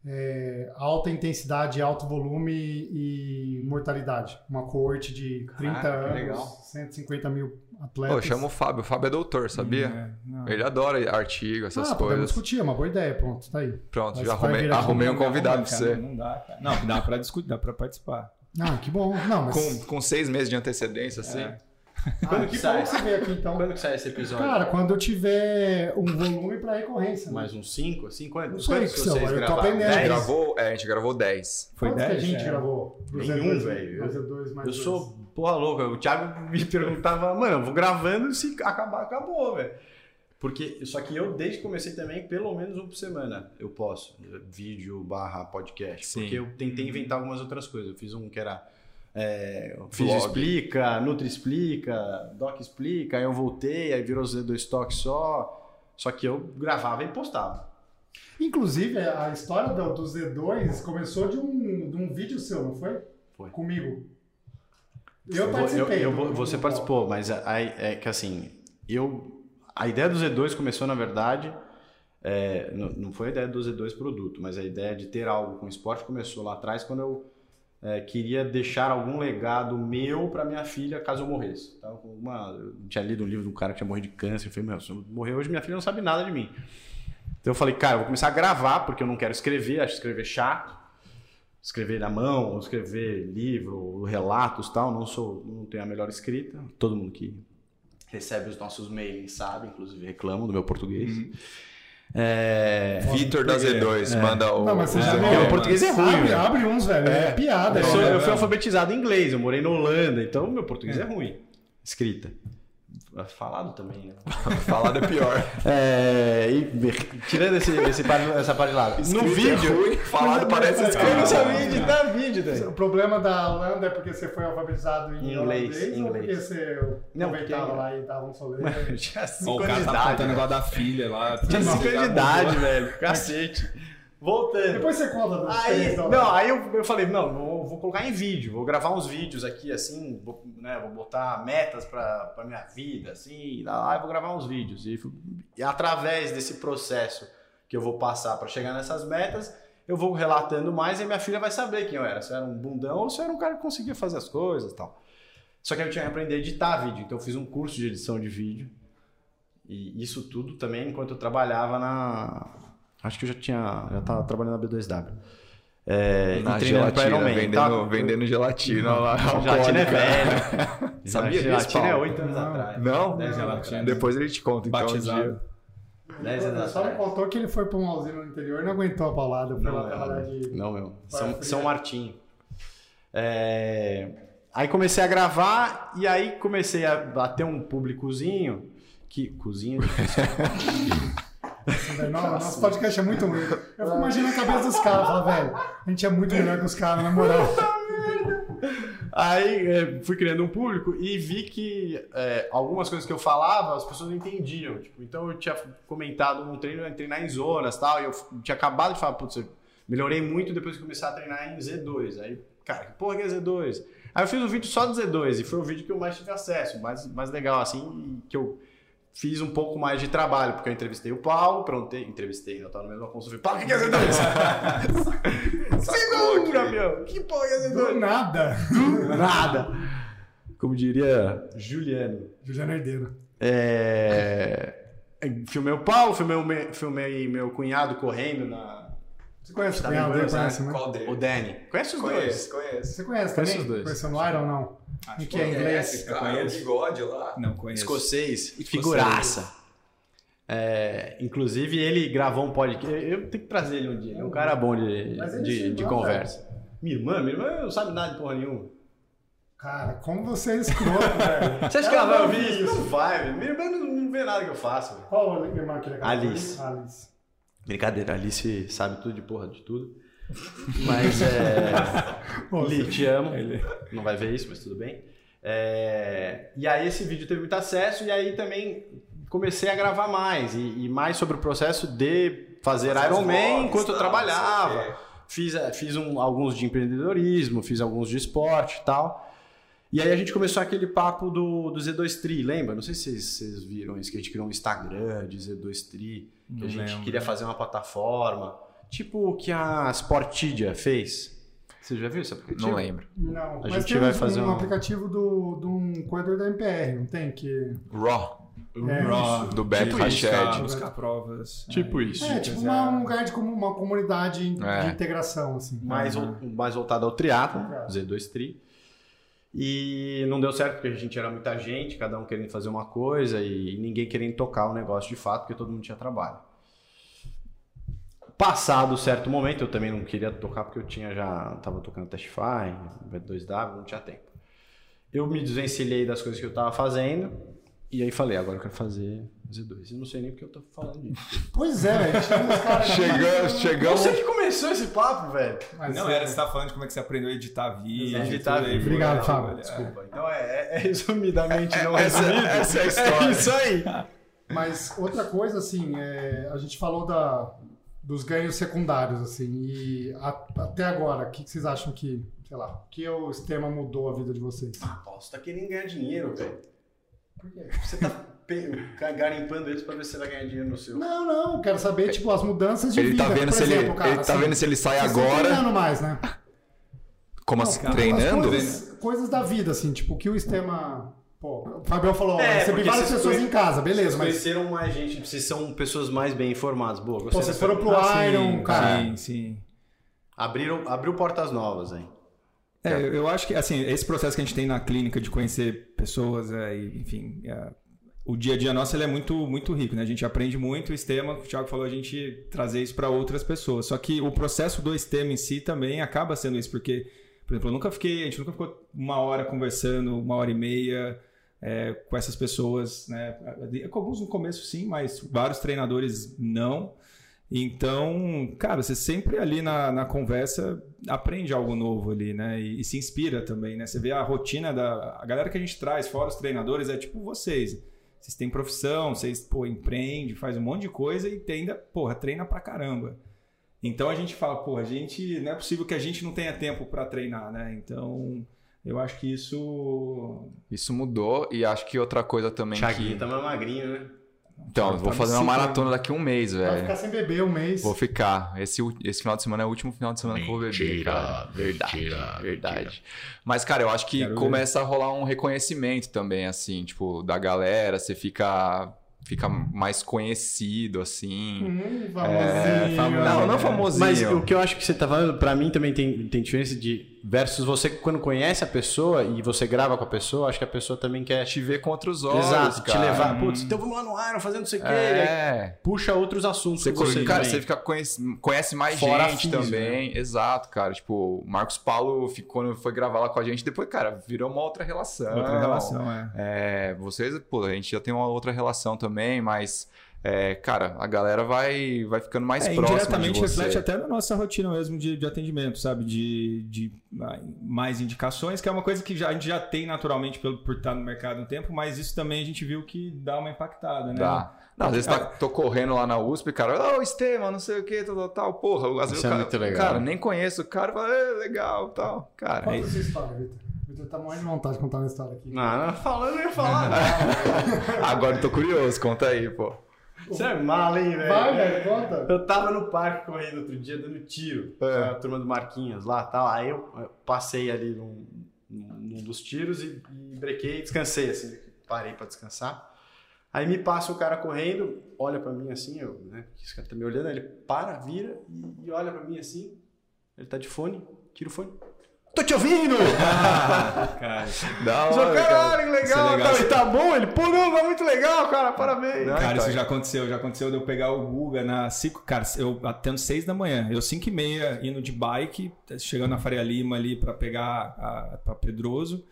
é, alta intensidade, alto volume e mortalidade. Uma coorte de 30 Caraca, que anos, legal. 150 mil Pô, atletas. eu chamo o Fábio. O Fábio é doutor, sabia? É, não. Ele adora artigo, essas ah, podemos coisas. discutir, é uma boa ideia, pronto, tá aí. Pronto, Mas já vai arrumei, virar arrumei um Não dá, convidado pra né, cara, você. Não dá, cara. Não, dá pra discutir, dá pra participar. Ah, que bom. Não, mas... Com, com seis meses de antecedência, assim. É. Ah, que bom que você veio aqui, então. Quando que sai esse episódio? Cara, quando eu tiver um volume para recorrência, né? Mais uns 5? 5 Não anos? sei, Quantos Cristiano, vocês eu tô gravaram? aprendendo. A gente Dez? gravou, é, a gente gravou 10. Foi Quantos que 10? a gente é. gravou? Nenhum, 202, velho. 202 mais Eu né? dois. sou porra louca. O Thiago me perguntava, mano, eu vou gravando e se acabar, acabou, velho. Porque, só que eu, desde que comecei também, pelo menos um por semana eu posso. Vídeo barra podcast. Sim. Porque eu Uhum. tentei inventar algumas outras coisas. Eu fiz um que era. É, Fiz Vlog. Explica, Nutri Explica, Doc Explica, aí eu voltei, aí virou Z2 Talk só. Só que eu gravava e postava. Inclusive, a história do, do Z2 começou de um, de um vídeo seu, não foi? Foi. Comigo. Eu vou- participei. eu- do- vou- do- você do- participou, mas aí é que assim, eu. A ideia do Z2 começou, na verdade. é, não, não foi a ideia do Z2 produto, mas a ideia de ter algo com esporte começou lá atrás quando eu é, queria deixar algum legado meu para minha filha caso eu morresse. Tava com uma, eu tinha lido um livro de um cara que tinha morrido de câncer. Eu falei, meu, se eu morrer hoje, minha filha não sabe nada de mim. Então eu falei, cara, eu vou começar a gravar, porque eu não quero escrever, acho escrever chato. Escrever na mão, escrever livro, relatos tal. Não sou, não tenho a melhor escrita. Todo mundo que recebe os nossos mails sabe, inclusive reclamam do meu português. É, Vitor da Z2, manda o. Não, mas você já o- viu. porque o português é ruim, Abre, velho. abre uns, velho. É, piada. Eu, sou- velho. eu fui alfabetizado em inglês, eu morei na Holanda, então meu português é, ruim. Escrita. É Falado também, né? Falado é pior. É, e- tirando esse, esse par- essa parte lá. No Escrito é vídeo, ruim, falado parece escrito. eu não sabia editar vídeo, velho. O problema da Holanda é porque você foi alfabetizado em Em inglês, holandês em ou inglês. porque você Não, aproveitava porque- é. lá e dava um solê? Eu tinha Ó, 5 o anos de cara tá contando o idade. negócio da filha lá. Tinha 5 Não, tá anos de já idade, velho. Cacete. Voltando. Depois você conta dos Aí, três da não, aí eu, eu falei, não, vou, vou colocar em vídeo, vou gravar uns vídeos aqui, assim, vou, né, vou botar metas pra, pra minha vida, assim, e lá, ah, eu vou gravar uns vídeos. E, fu- e através desse processo que eu vou passar pra chegar nessas metas, eu vou relatando mais e minha filha vai saber quem eu era, se eu era um bundão ou se eu era um cara que conseguia fazer as coisas e tal. Só que eu tinha que aprender a editar vídeo, então eu fiz um curso de edição de vídeo. E isso tudo também enquanto eu trabalhava na... Acho que eu já tinha... Já tava trabalhando na B2W. É, Na e treinando pra gelatina, Iron Man. vendendo, Tava- vendendo gelatina lá. Gelatina é alcoólica. velho. Sabia disso, Gelatina é Paulo? 8 anos Não. atrás. Não? Dez anos Gelatina. atrás. Depois ele te conta, então. um dia. Batizado. Dez anos Ele Só me atrás. contou que ele foi pra uma usina no interior e não aguentou a paulada. Foi lá Não, é. trabalhar não, de... Não, meu. Vai, São, fui São eu. Martim. É, Aí comecei a gravar e aí comecei a bater um públicozinho. Que cozinha? Não, nosso podcast é muito ruim. Eu fico imaginando a cabeça dos caras. Falar, velho, a gente é muito melhor que os caras, na moral. aí é, fui criando um público e vi que é, algumas coisas que eu falava as pessoas não entendiam. Tipo, então eu tinha comentado num treino, eu treinar em zonas e tal, e eu f- tinha acabado de falar, putz, eu melhorei muito depois de começar a treinar em Z2. Aí, cara, que porra que é Z2? Aí eu fiz um vídeo só do Z2 e foi o vídeo que eu mais tive acesso, mais, mais legal, assim, e que eu fiz um pouco mais de trabalho, porque eu entrevistei o Paulo, perguntei, entrevistei, eu tava no mesmo consulta, falei, Paulo, o que que é Z2? Segura, meu! Que porra que é Z2? Do nada. Nada. Como diria Juliano. Juliano Herdeiro. É... Filmei o Paulo, filmei, o me- filmei meu cunhado correndo na. Você conhece o Tá cunhado? lembrando, Você conhece, né? Qual dele? O Danny. Conhece os dois? Conheço, conheço. Você conhece Conheço também? os dois. Conheceu no Iron, não? O que é em inglês? Conhece, cara. O Conheço. bigode lá. é. Não, conheço. Escocês. Figuraça. É, inclusive, ele gravou um podcast. Eu tenho que trazer ele um dia. É um cara bom de, Mas ele de- se de manda. conversa. Minha irmã, minha irmã não sabe nada de porra nenhuma. Cara, como você é escroto, velho. Você acha que ela vai não ouvir viu isso? Não vai, velho. minha irmã não, não vê nada que eu faço. velho. Qual o irmão que ele é acabou? Alice. Alice. Brincadeira, a Alice sabe tudo de porra de tudo. Mas é. Nossa. Li, te amo. Ele- Não vai ver isso, mas tudo bem. É, E aí esse vídeo teve muito acesso e aí também comecei a gravar mais. E, e mais sobre o processo de fazer Fazer Iron os Man vlogs, enquanto eu tal, trabalhava. não sei o quê. Fiz, eh, fiz um- alguns de empreendedorismo, fiz alguns de esporte e tal. E aí a gente começou aquele papo do, do Z2Tri, lembra? Não sei se vocês, vocês viram isso, que a gente criou um Instagram de Z2Tri, que Não a gente lembro. queria fazer uma plataforma, tipo o que a Sportidia fez. Você já viu esse aplicativo? Não lembro. Não, mas gente tem vai um- fazer um, um- aplicativo do, de um corredor da MPR, não tem? Que... Raw. É, Raw, do Beto tipo isso, cara, Rached. Buscar provas. Tipo isso. É, tipo uma- um lugar de como uma comunidade É. de integração, assim. mais, um. Uhum. vol- mais voltado ao triatlon, Triatlon. Z2 Tri. E não deu certo porque a gente era muita gente, cada um querendo fazer uma coisa e ninguém querendo tocar o negócio de fato, porque todo mundo tinha trabalho. Passado certo momento, eu também não queria tocar porque eu tinha já estava tocando Testify, B2W, não tinha tempo. Eu me desvencilhei das coisas que eu estava fazendo e aí falei, agora eu quero fazer Z2. Eu não sei nem porque eu tô falando disso. Pois é, velho. tinha uns caras que- Chegamos, Eu chegamos. sei que começou esse papo, velho. Mas, Não, é, era, você tá falando de como é que você aprendeu a editar vídeo. Exato. tudo tá Editar aí, vídeo. foi assim. Obrigado, legal, Fábio. velho. Desculpa. Então é, é- é resumidamente não né? Essa, resumido. essa é a É história. isso aí. Mas outra coisa, assim, é, a gente falou da, dos ganhos secundários, assim, e a- até agora, o que, que vocês acham que, sei lá, que é o sistema mudou a vida de vocês? Nossa, tá querendo ganhar dinheiro, velho. Por quê? Você tá pe- ca- garimpando eles pra ver se você vai ganhar dinheiro no seu. Não, não, quero saber, tipo, as mudanças de Ele vida. tá vendo por se ele, exemplo, cara, ele tá assim, vendo se ele sai vocês estão agora. treinando mais, né? Como Não, assim? cara, Treinando? as Coisas, coisas da vida, assim, tipo, que o sistema... Pô, o Fabião falou, ó, É, recebi porque várias vocês pessoas conhe- em casa, beleza, Vocês mas... conheceram mais gente, vocês são pessoas mais bem informadas. Boa, Pô, gostei. vocês dessa- foram pro Ah, sim, Iron, cara. Sim, sim. Abriram, abriu portas novas, hein? É, eu- eu acho que assim, esse processo que a gente tem na clínica de conhecer pessoas, é, e, enfim, é, o dia a dia nosso ele é muito, muito rico, né? A gente aprende muito o STEMA, o Thiago falou, a gente trazer isso para outras pessoas. Só que o processo do STEMA em si também acaba sendo isso, porque, por exemplo, eu nunca fiquei, a gente nunca ficou uma hora conversando, uma hora e meia é, com essas pessoas, né? Com alguns no começo sim, mas vários treinadores não. Então, cara, você sempre ali na, na conversa aprende algo novo ali, né? E, e se inspira também, né? Você vê a rotina da a galera que a gente traz, fora os treinadores, é tipo vocês. Vocês têm profissão, vocês, pô, empreende, faz um monte de coisa e tem ainda, porra, treina pra caramba. Então a gente fala, porra, a gente não é possível que a gente não tenha tempo pra treinar, né? Então, eu acho que isso Isso mudou e acho que outra coisa também Thiaguinho que. tá mais magrinho, né? Então, eu Tá vou me fazer uma segurando. maratona daqui a um mês, Vai velho. ficar sem beber um mês. Vou ficar. Esse, u- esse final de semana é o último final de semana que eu vou beber, cara. Verdade, verdade. Mas, cara, eu acho que Quero ver. começa a rolar um reconhecimento também, assim, tipo, da galera, você fica, fica mais conhecido, assim. Hum, É, famosinho. famo- Não, não famosinho. Mas o que eu acho que você tá falando, pra mim também tem, tem diferença de. Versus você, quando conhece a pessoa e você grava com a pessoa, acho que a pessoa também quer te Te ver com outros olhos, Exato, te cara. levar. Putz, então vamos lá no Iron fazendo não sei o quê. e aí É. puxa outros assuntos. Você, que co- cara, também. você fica conhece, conhece mais Fora gente físico, também. Exato, cara. Tipo, o Marcos Paulo, ficou, quando foi gravar lá com a gente, depois, cara, virou uma outra é relação. outra relação, é. É, vocês, pô, a gente já tem uma outra relação também, mas, é, cara, a galera vai, vai ficando mais É, próxima de indiretamente você. reflete até na nossa rotina mesmo de, de atendimento, sabe? De, de ah, mais indicações, que é uma coisa que já, a gente já tem naturalmente pelo, por estar no mercado há um tempo, mas isso também a gente viu que dá uma impactada, né? Dá. Não, às vezes tá, tô correndo lá na USP, cara, ô, Estevam, não sei o que, tal, tal, tal. Porra, às vezes Isso é o cara, muito legal. cara, nem conheço o cara, fala, "É, legal, tal. Cara, Conta essa história, Vitor. Vitor tá morrendo de vontade de contar uma história aqui. Não, não, falando, eu ia falar. nada. agora eu tô curioso, conta aí, pô. Você é mal, hein, velho? Vai, velho, conta. Eu tava no parque correndo outro dia, dando tiro. É. A turma do Marquinhos lá, tal. Aí eu eu passei ali num, num dos tiros e, e brequei e descansei, assim. Parei pra descansar. Aí me passa o cara correndo, olha pra mim assim, eu, né? Esse cara tá me olhando, aí ele para, vira e, e olha pra mim assim. Ele tá de fone, tira o fone. Tô te ouvindo! Ah, cara, Da Ele falou, hora, cara. caralho, que legal, Isso é legal. Tá, e tá bom? Ele, pô, não, tá muito legal, cara, parabéns. Não, cara, então, isso já aconteceu. Já aconteceu de eu pegar o Guga na 5. Cara, eu atendo 6 da manhã. Eu 5 e meia indo de bike, chegando na Faria Lima ali pra pegar a, pra Pedroso.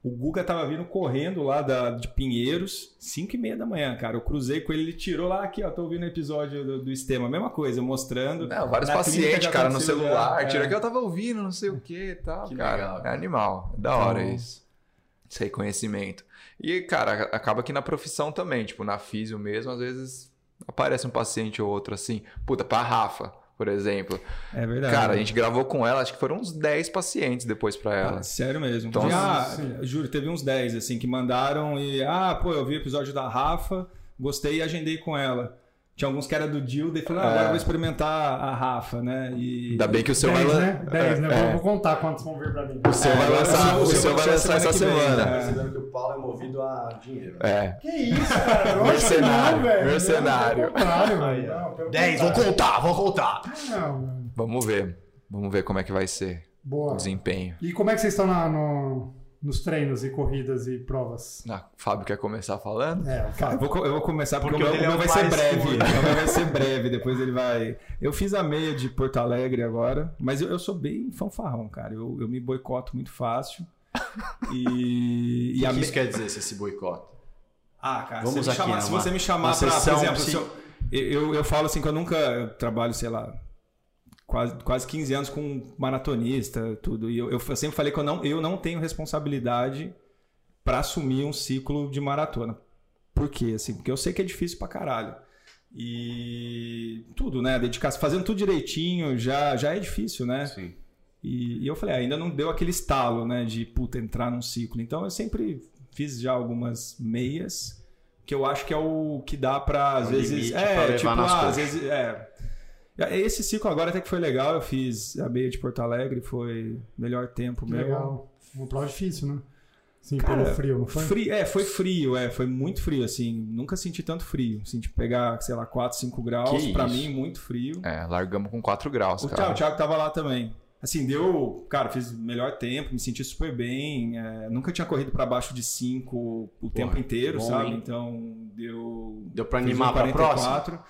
O Guga tava vindo correndo lá da, de Pinheiros, 5 e meia da manhã, cara. Eu cruzei com ele, ele tirou lá aqui, ó. Tô ouvindo o episódio do, do Estema, mesma coisa, mostrando. Não, vários Na clínica pacientes, já cara, no aconteceu celular. já, é. Tira que eu tava ouvindo, não sei o que e tal. Que cara, legal, é cara. animal. É da hora Então- isso. Esse reconhecimento. E, cara, acaba que na profissão também, tipo, na físio mesmo, às vezes aparece um paciente ou outro assim. Puta, pra Rafa, por exemplo. É verdade. Cara, a gente gravou com ela, acho que foram uns 10 pacientes depois pra ela. Ah, Sério mesmo. Então, já, assim- juro, teve uns 10 assim que mandaram e ah, pô, eu vi o episódio da Rafa, gostei e agendei com ela. Tinha alguns que era do Dilda e falaram, ah, agora eu vou experimentar a Rafa, né? É. E Ainda bem que o seu vai 10, lan- né? 10, né? é. Eu Vou contar quantos vão vir pra mim. o seu vai agora lançar, É, o seu- o o seu seu vai vai lançar semana essa que vem, semana. né? Percebendo que o Paulo é movido a dinheiro. É. Que isso, cara? Eu acho que Mercenário, não, velho. mercenário. Pelo contrário, Aí, ó. não, pelo 10, vou contrário. contar, vou contar. Não, mano. é. Vamos ver. Vamos ver como é que vai ser o Boa. desempenho. E como é que vocês estão na- no- nos treinos e corridas e provas? Ah, Fábio quer começar falando? É, o Eu Fábio. vou, co- eu vou começar porque, Porque o meu, o dele o meu é o vai ser mais breve. curto. O meu vai ser breve, depois ele vai. Eu fiz a meia de Porto Alegre agora, mas eu, eu sou bem fanfarrão, cara. Eu, eu me boicoto muito fácil. E, e E a o que me- isso quer dizer, se esse boicota? Ah, cara, Vamos se, me aqui chamar, numa- se você me chamar uma pra, por sessão, exemplo, sim. se eu, eu, eu falo assim que eu nunca eu trabalho, sei lá, quase, quase 15 anos com maratonista, tudo. E eu, eu sempre falei que eu não, eu não tenho responsabilidade pra assumir um ciclo de maratona. Por quê? Assim, porque eu sei que é difícil pra caralho. E tudo, né? Dedicar-se fazendo tudo direitinho já, já é difícil, né? Sim. E, e eu falei, ah, ainda não deu aquele estalo, né, de puta entrar num ciclo. Então eu sempre fiz já algumas meias, que eu acho que é o que dá pra às É o vezes, limite pra levar tipo, nas ah, às coxas. vezes, é. Esse ciclo agora até que foi legal, eu fiz a meia de Porto Alegre, foi melhor tempo Que meu. Legal. Uma prova difícil, né? Sim, Cara, pelo frio, não foi? Frio, é, foi frio, é, foi muito frio assim, nunca senti tanto frio, assim, de pegar, sei lá, 4, 5 graus, Que pra isso. mim muito frio. É, largamos com 4 graus, O Thiago, cara. o Thiago tava lá também. Assim, deu. Cara, fiz o melhor tempo, me senti super bem. é, nunca tinha corrido pra baixo de 5 o tempo inteiro, bom, sabe? hein? Então, deu. Deu pra fiz animar um pra próxima? 44.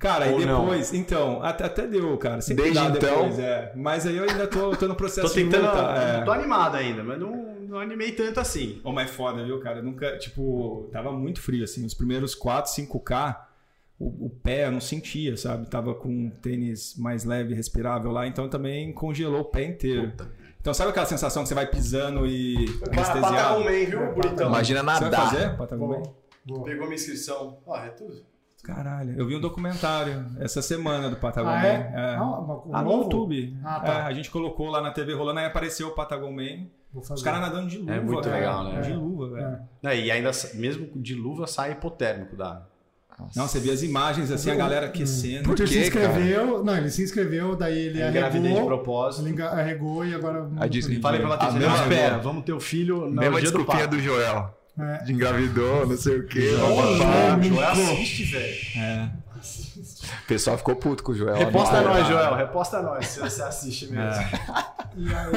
Cara, Ou e não? depois. Então, até, até deu, cara. Sempre Desde dá depois, então? é. Mas aí eu ainda tô, tô no processo Tô tentando. de voltar. é. tá, Tô animado ainda, mas não, não animei tanto assim. Ô, mas é foda, viu, cara? Eu nunca, tipo, tava muito frio, assim. Os primeiros 4, 5K, o, o pé eu não sentia, sabe? Tava com um tênis mais leve, respirável lá, então também congelou o pé inteiro. Então sabe aquela sensação que você vai pisando e anestesiado? Patagomen, tá viu, bonitão? Imagina Você vai nadar. fazer Patagonia? Boa. Boa. Pegou minha inscrição. Ó, é tudo. Caralho, eu vi um documentário essa semana do Patagonia. Ah, é? É. Ah, uma- um Ah, no novo? YouTube. Ah, tá. É, a gente colocou lá na TV rolando, aí apareceu o Patagonia. Vou fazer. Os caras nadando de luva. É muito cara. legal, né? De É. luva, velho. É. e ainda, sa- mesmo de luva, sai hipotérmico da água. Não, você vê as imagens, assim, a Uhum. galera aquecendo. Por Porque quê, ele se inscreveu. Não, ele se inscreveu, daí ele Engravidei de arregou. propósito. Ele enga- arregou e agora. A Disney. Falei pra ela A ter mesma- espera, vamos ter o filho no Mesma dia do desculpinha parto. do Joel. É. De engravidou, não sei o quê. Olha, bababá. Joel. Joel, assiste, velho. É. O pessoal ficou puto com o Joel. Reposta Não, nós, cara. Joel. Reposta nós, se você assiste mesmo. É. E aí.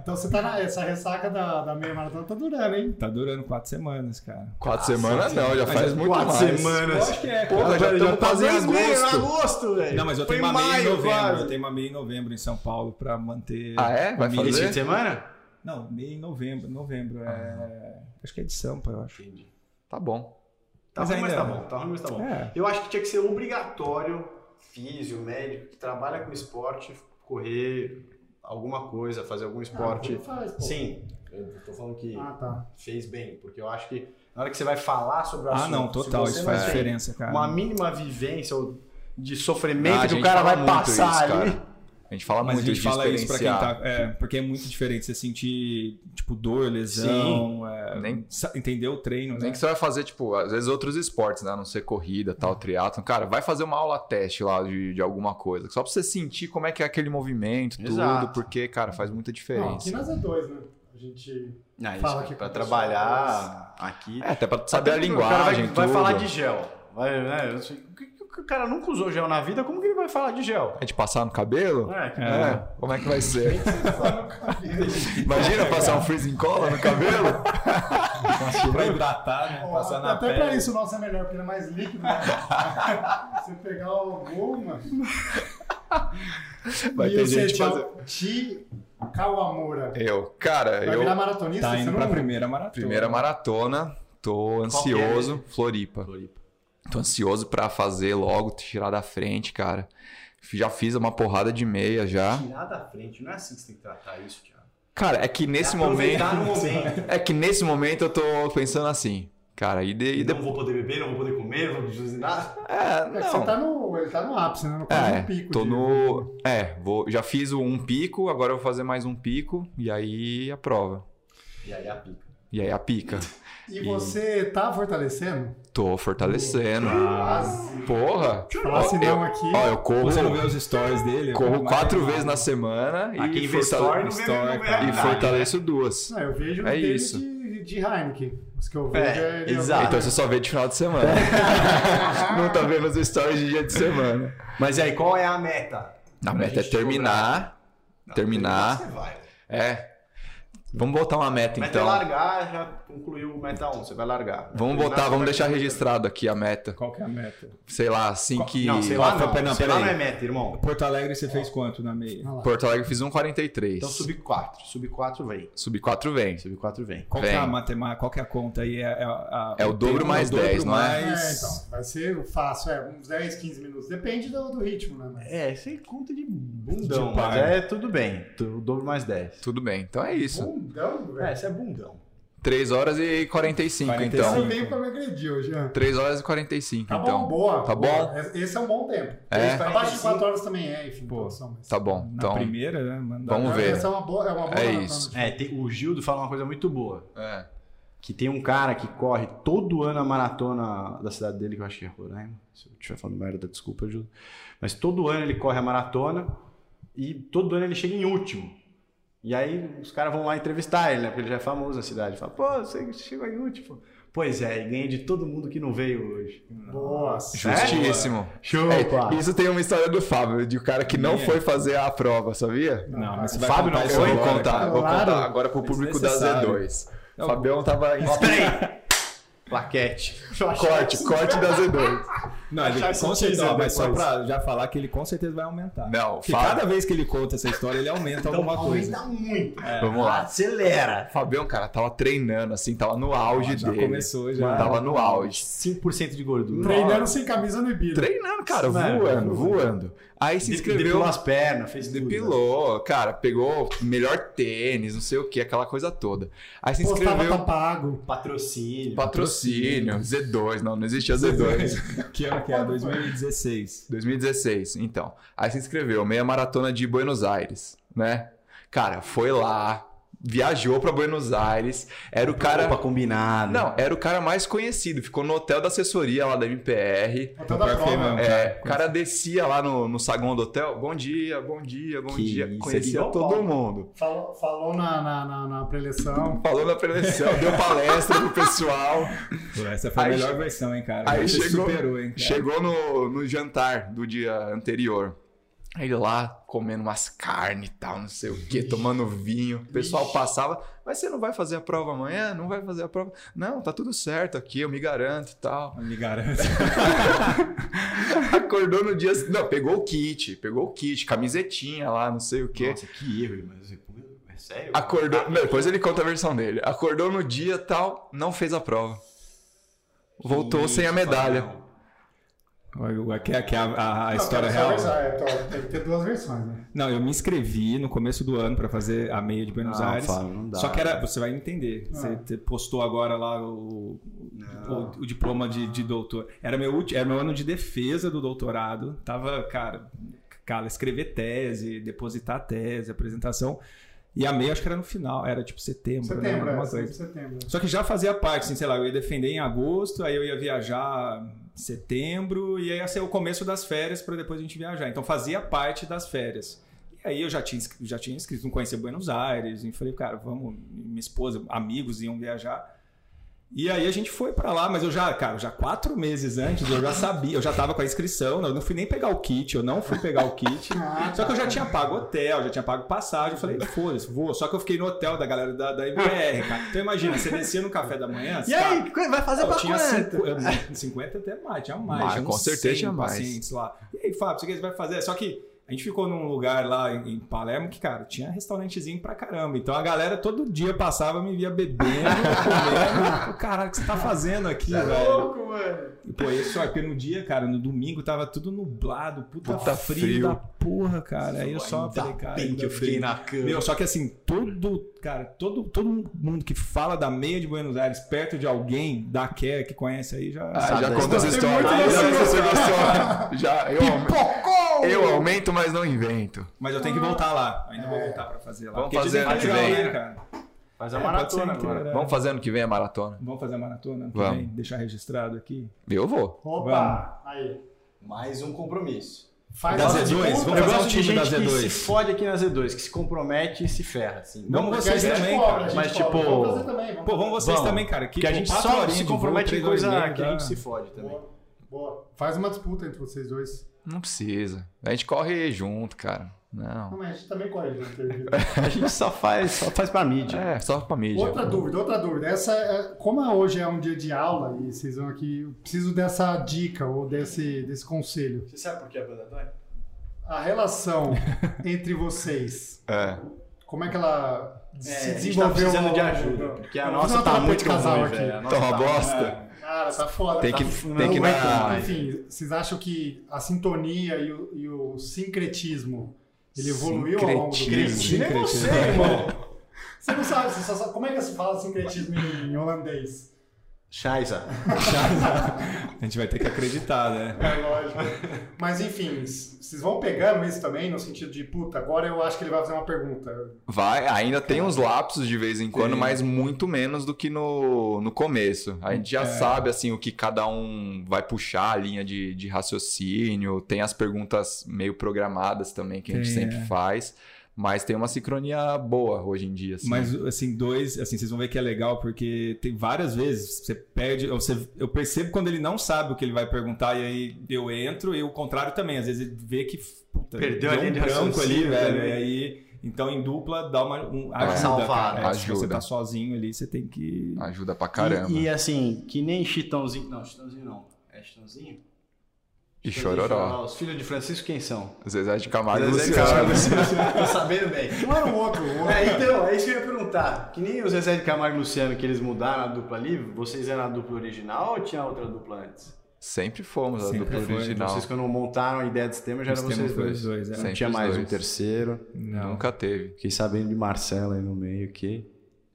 Então você tá na. Essa ressaca da, da meia maratona tá durando, hein? Tá durando quatro semanas, cara. Quatro semanas não, já faz muito quatro mais. semanas. acho que é, Pô, cara. já, Já já tamo tá quase em dois meses, agosto. agosto, velho. Não, mas eu É, Foi tenho uma em meia em maio, novembro. quase. Eu tenho uma meia em novembro em São Paulo pra manter. Ah, é? Vai o fazer? mínimo. Esse fim de semana? Não, meia em novembro. Novembro é. Ah. Acho que é de Sampa, eu acho. Entendi. Tá bom. Tá Mas ruim, mas ainda- tá bom. Tá ruim, mas tá bom. É. Eu acho que tinha que ser obrigatório físio, médico, que trabalha com esporte, correr alguma coisa, fazer algum Ah, esporte. como faz, pô? Sim, eu tô falando que Ah, tá. fez bem, porque eu acho que na hora que você vai falar sobre o assunto... Ah, não, se total. você Isso não faz tem diferença, cara. Uma mínima vivência ou de Ah, sofrimento a é que o gente cara fala vai muito passar isso, ali. cara. A gente fala Mas muito a gente de fala isso pra quem experienciar. tá. É, porque é muito diferente você sentir, tipo, dor, lesão. é, Nem- sa- entender o treino, né? Nem que você vai fazer, tipo, às vezes outros esportes, né? A não ser corrida, tal, triatlon. Cara, vai fazer uma aula teste lá de, de alguma coisa. Só pra você sentir como é que é aquele movimento, tudo. Exato. Porque, cara, faz muita Não, aqui diferença. nós é dois, né? A gente. Ah, isso, Fala cara, que pra com trabalhar aqui. É, até pra saber a Até porque o cara linguagem, vai, vai tudo. falar de gel. Vai, né, eu sei- o que- o que o cara nunca usou gel na vida, como que ele vai falar de gel? É de passar no cabelo? É, cara. É, como é que vai ser? Pra Imagina passar um freezing cola no cabelo? pra hidratar, né? Passar na Até pele. pra é isso o nosso é melhor, porque ele é mais líquido, né? Você pegar alguma. Vai ter gente fazendo. Ti Kawamura. Eu, cara, Vai É, eu. virar maratonista? Tá você indo não- é um- pra primeira maratona. Primeira maratona, tô que é? ansioso. Floripa. Floripa. Tô ansioso pra fazer logo, tirar da frente, cara. Já fiz uma porrada de meia já. Tirar da frente, não é assim que você tem que tratar isso, Thiago. Cara, é que nesse momento. Aproveitar no momento. É que nesse momento eu tô pensando assim, cara, e, de, e de- Não vou poder beber, não vou poder comer, não vou fazer nada. É, É que você não. tá no, ele tá no ápice, né? No quase É, no pico. tô de- no. É, vou, já fiz o um pico, agora eu vou fazer mais um pico, e aí a prova. E aí a pica. E aí a pica. E você tá fortalecendo? Tô fortalecendo. Quase. Porra! Falar Ó, eu, sinal assim, aqui. ó, eu corro, Você não vê os stories dele? é? corro Mas- quatro vezes na semana e, fortale- Aqui investor não vê Store, não vê cara. e realidade, fortaleço duas. Ah, eu vejo É dele isso. De, de Heineken. Os que eu vejo é, É, ele- exato. Então você só vê de final de semana. não tá vendo os stories de dia de semana. né? Mas e aí, qual é a meta? A Pra meta é gente terminar. Não, Terminar. Você vai. É. Vamos botar uma meta Meta é então. largar, já concluiu o meta 1, você vai largar. Vamos Terminar, botar, você vamos vai deixar terminar. registrado aqui a meta. Qual que é a meta? Sei lá, assim que. Não, sei Ó, lá, não. pera- não, sei pera lá aí. não é meta, irmão. Porto Alegre você fez quanto na meia? Olha lá. Porto Alegre eu fiz 1,43. Então sub 4, sub 4 vem. Sub 4 vem. Sub 4 vem. Qual que é a Vem. matemática? Qual que é a conta aí? É, é a- É o dobro tempo, mais é o dobro 10, não é? É, mais- então, vai ser fácil, é, uns 10, 15 minutos. Depende do, do ritmo, né? Mas... É, você conta de bundão, De mas par. é tudo bem. Tu- O dobro mais 10. Tudo bem. Então é isso. Bundão, velho. É, você é bundão. 3 horas e 45, 45. então. Você veio pra me agredir hoje, né? 3 horas e 45, Tá então. bom, boa. Tá boa. bom? Esse- Esse é um bom tempo. É? Abaixo de 4 horas também é, enfim. Boa. produção, mas- Tá bom. Na Então. primeira, né? Mandar- Vamos ver. Essa é uma boa, é uma boa É maratona. isso. É, tem- o Gildo fala uma coisa muito boa. É. Que tem um cara que corre todo ano a maratona da cidade dele, que eu acho que é Roraima. Se eu estiver falando merda, desculpa, ajuda. Mas todo ano ele corre a maratona e todo ano ele chega em último. E aí os caras vão lá entrevistar ele, né? Porque ele já é famoso na cidade. Fala, pô, você chegou em último. Pois é, e ganha de todo mundo que não veio hoje. Boa. Justíssimo. Show, É, pá. isso tem uma história do Fábio, de um cara que não Minha. foi fazer a prova, sabia? Não, mas você O vai Fábio contar não isso Eu vou agora, contar, vou Claro. contar agora pro público da Desnecessário. Z2. Fabião tava em Peraí! Plaquete. corte, corte da Z2. Não, ele Achar com esse certeza, teaser ó, mas só depois. pra já falar que ele com certeza vai aumentar. Não, Porque fala. cada vez que ele conta essa história, ele aumenta Então, alguma coisa. Aumenta muito. Vamos lá. Acelera. Fabião, cara, tava treinando, assim, tava no auge já dele. começou, já. Tava tá no auge. 5% de gordura. Treinando sem camisa no Ibira. Treinando, cara, Mano, voando, voando. voando. Aí se inscreveu. Depilou as pernas, fez tudo. Depilou, cara, pegou melhor tênis, não sei o que, aquela coisa toda. Aí se Postava inscreveu tá pago. Patrocínio. patrocínio, Z2, não, não existia Z2. Que ano que é? 2016. 2016, então. Aí se inscreveu, meia maratona de Buenos Aires, né? Cara, foi lá, viajou pra Buenos Aires, era o cara. Roupa combinada. Não, era o cara mais conhecido, ficou no hotel da assessoria lá da MPR. Botando a Perfeito, prova. mano. É, o cara descia lá no, no sagão do hotel, bom dia, bom dia, bom Que dia. isso, Conhecia é um igual todo Paulo. mundo. Falou, falou na, na, na, na preleção. Falou na preleção, deu palestra pro pessoal. Pô, essa foi a Aí melhor che- versão, hein, cara? aí Você chegou- superou, hein? cara? Chegou no, no jantar do dia anterior. Aí Ele lá comendo umas carnes e tal, não sei o que, tomando vinho. O pessoal passava, mas você não vai fazer a prova amanhã? Não vai fazer a prova? Não, tá tudo certo aqui, eu me garanto e tal. Me garanto. Acordou no dia. Não, pegou o kit, pegou o kit, camisetinha lá, não sei o que. Nossa, que erro, mas é sério? Acordou. não, depois ele conta a versão dele. Acordou no dia tal, não fez a prova. Voltou sem a medalha. Aqui é, aqui é a, a- a Não, história cara, real. só avisar, é, tô- Tem que ter duas versões, né? Não, eu me inscrevi no começo do ano pra fazer a meia de Buenos Ah, Não, Aires. Fábio, não Ah, dá. Só que era, você vai entender. Você Ah. te- postou agora lá o, Não. o- o diploma de, de doutor. Era meu ulti- era meu ano de defesa do doutorado. Tava, cara, cara, escrever tese, depositar tese, apresentação. E a meia acho que era no final, era tipo setembro, né? Setembro, é. Alguma sempre coisa. Setembro. Só que já fazia parte, assim, sei lá, eu ia defender em agosto, aí eu ia viajar em setembro, e aí ia ser o começo das férias para depois a gente viajar. Então fazia parte das férias. E aí eu já tinha, inscri- já tinha inscrito, não conhecia Buenos Aires, e falei, cara, vamos, minha esposa, amigos iam viajar. E aí a gente foi para lá, mas eu já, cara, já quatro meses antes, eu já sabia, eu já tava com a inscrição, eu não fui nem pegar o kit, eu não fui pegar o kit. Ah, Só que eu já tinha pago hotel, já tinha pago passagem. Eu falei, foda-se, vou. Só que eu fiquei no hotel da galera da, da MBR, cara. Então imagina, você descia no café da manhã. E aí, co- vai fazer Eu pra tinha quanto? cinco- eu- 50, até mais, tinha mais. Mais, tinha com uns certeza 100 tinha mais. pacientes Lá. E aí, Fábio, você que você vai fazer? Só que A gente ficou num lugar lá em em Palermo que, cara, tinha restaurantezinho pra caramba. Então a galera todo dia passava, me via bebendo, comendo. Caralho, o que você tá fazendo aqui, velho? mano. E, Pô, isso aqui no dia, cara, no domingo tava tudo nublado, puta, Puta frio, frio. da porra, cara. Aí eu só falei, cara. bem que eu ainda fiquei bem. na cama. Meu, só que assim, todo, cara, todo, todo mundo que fala da meia de Buenos Aires perto de alguém da Care que conhece aí já. Ah, Sabe já da conta essa história. história. Tem muito Já dessa conta essa história. Já, eu, Pipocou! eu aumento, mas não invento. Mas eu tenho que voltar lá. Ainda É. vou voltar pra fazer lá. Vamos Porque dizem fazer que é ano que legal, vem. né, cara? Faz a É, maratona pode ser agora. inteira. Vamos fazer ano que vem a maratona? Vamos fazer a maratona ano que Vamos. vem? Deixar registrado aqui. Eu vou. Opa! Aí. Mais um compromisso. Faz né? Da a- Z2, vamos Eu fazer um gosto de time da gente que Z2. se fode aqui na Z2, que se compromete e se ferra, assim. Vamos porque a vocês gente também, cobra, cara. a gente Mas, cobra. tipo, Vamos fazer também, vamos Pô, vamos vocês Vamos. também, cara. Que, Que a pô, gente quatro só horinhas se de né? voo, compromete em três horas e coisa meia, que a dá. gente se fode também. Boa, boa. Faz uma disputa entre vocês dois. Não precisa. A gente corre junto, cara. Não, Não. mas a gente também corre, gente. acredito. A gente só faz, só faz pra mídia. É, só pra mídia. Outra dúvida, outra dúvida. Essa, é- como hoje é um dia de aula e vocês vão aqui, eu preciso dessa dica ou desse, desse conselho. Você sabe por que a banda dói? A relação entre vocês, É. como é que ela É, se a gente tá desenvolveu? precisando ao- de ajuda, porque a Eu nossa vou fazer tá uma muito terapia de casal ruim, aqui. velho. A nossa Tá uma tá- bosta. Cara, tá foda. Tem tá que, Não tem que Não aguento mais. dar. Enfim, vocês acham que a sintonia e o, e o sincretismo ele evoluiu ao longo do tempo? Sincretismo. Nem você, irmão. Você não sabe, você só sabe. Como é que se fala sincretismo em, em holandês? Scheiße. A gente vai ter que acreditar, né? É lógico. Mas enfim, s- vocês vão pegando isso também, no sentido de, puta, agora eu acho que ele vai fazer uma pergunta. Vai, ainda tem uns lapsos de vez em quando, Tem. mas muito menos do que no, no começo. A gente já sabe assim o que cada um vai puxar, a linha de, de raciocínio, tem as perguntas meio programadas também que a gente Tem, sempre faz, mas tem uma sincronia boa hoje em dia. assim. Mas, assim, dois, assim, vocês vão ver que é legal, porque tem várias vezes você perde. ou você- eu percebo quando ele não sabe o que ele vai perguntar, e aí eu entro, e o contrário também. Às vezes ele vê que. Puta, Perdeu a deu linha de um branco ali, raciocínio, velho. né? E aí. Então, em dupla, dá uma. Um, ajuda, salvada. cara. É, Se você Ajuda. tá sozinho ali, você tem que. Ajuda pra caramba. E, E, e assim, que nem Chitãozinho. Não, Chitãozinho não. É Chitãozinho? Chitãozinho e chororó. Os filhos de Francisco quem são? Zezé de Camargo e Zezé de Luciano. Camargo. Tô sabendo bem. Não era o outro, o outro. É, então, é isso que eu ia perguntar. Que nem o Zezé de Camargo e Luciano que eles mudaram a dupla ali, vocês eram a dupla original ou tinha outra dupla antes? Sempre fomos a Sempre dupla foi. original. Vocês quando montaram a ideia desse tema já eram Esse tema vocês foi dois. os dois, é. Não Sempre tinha os mais um dois. terceiro. Não. Nunca teve. Fiquei sabendo de Marcelo aí no meio que.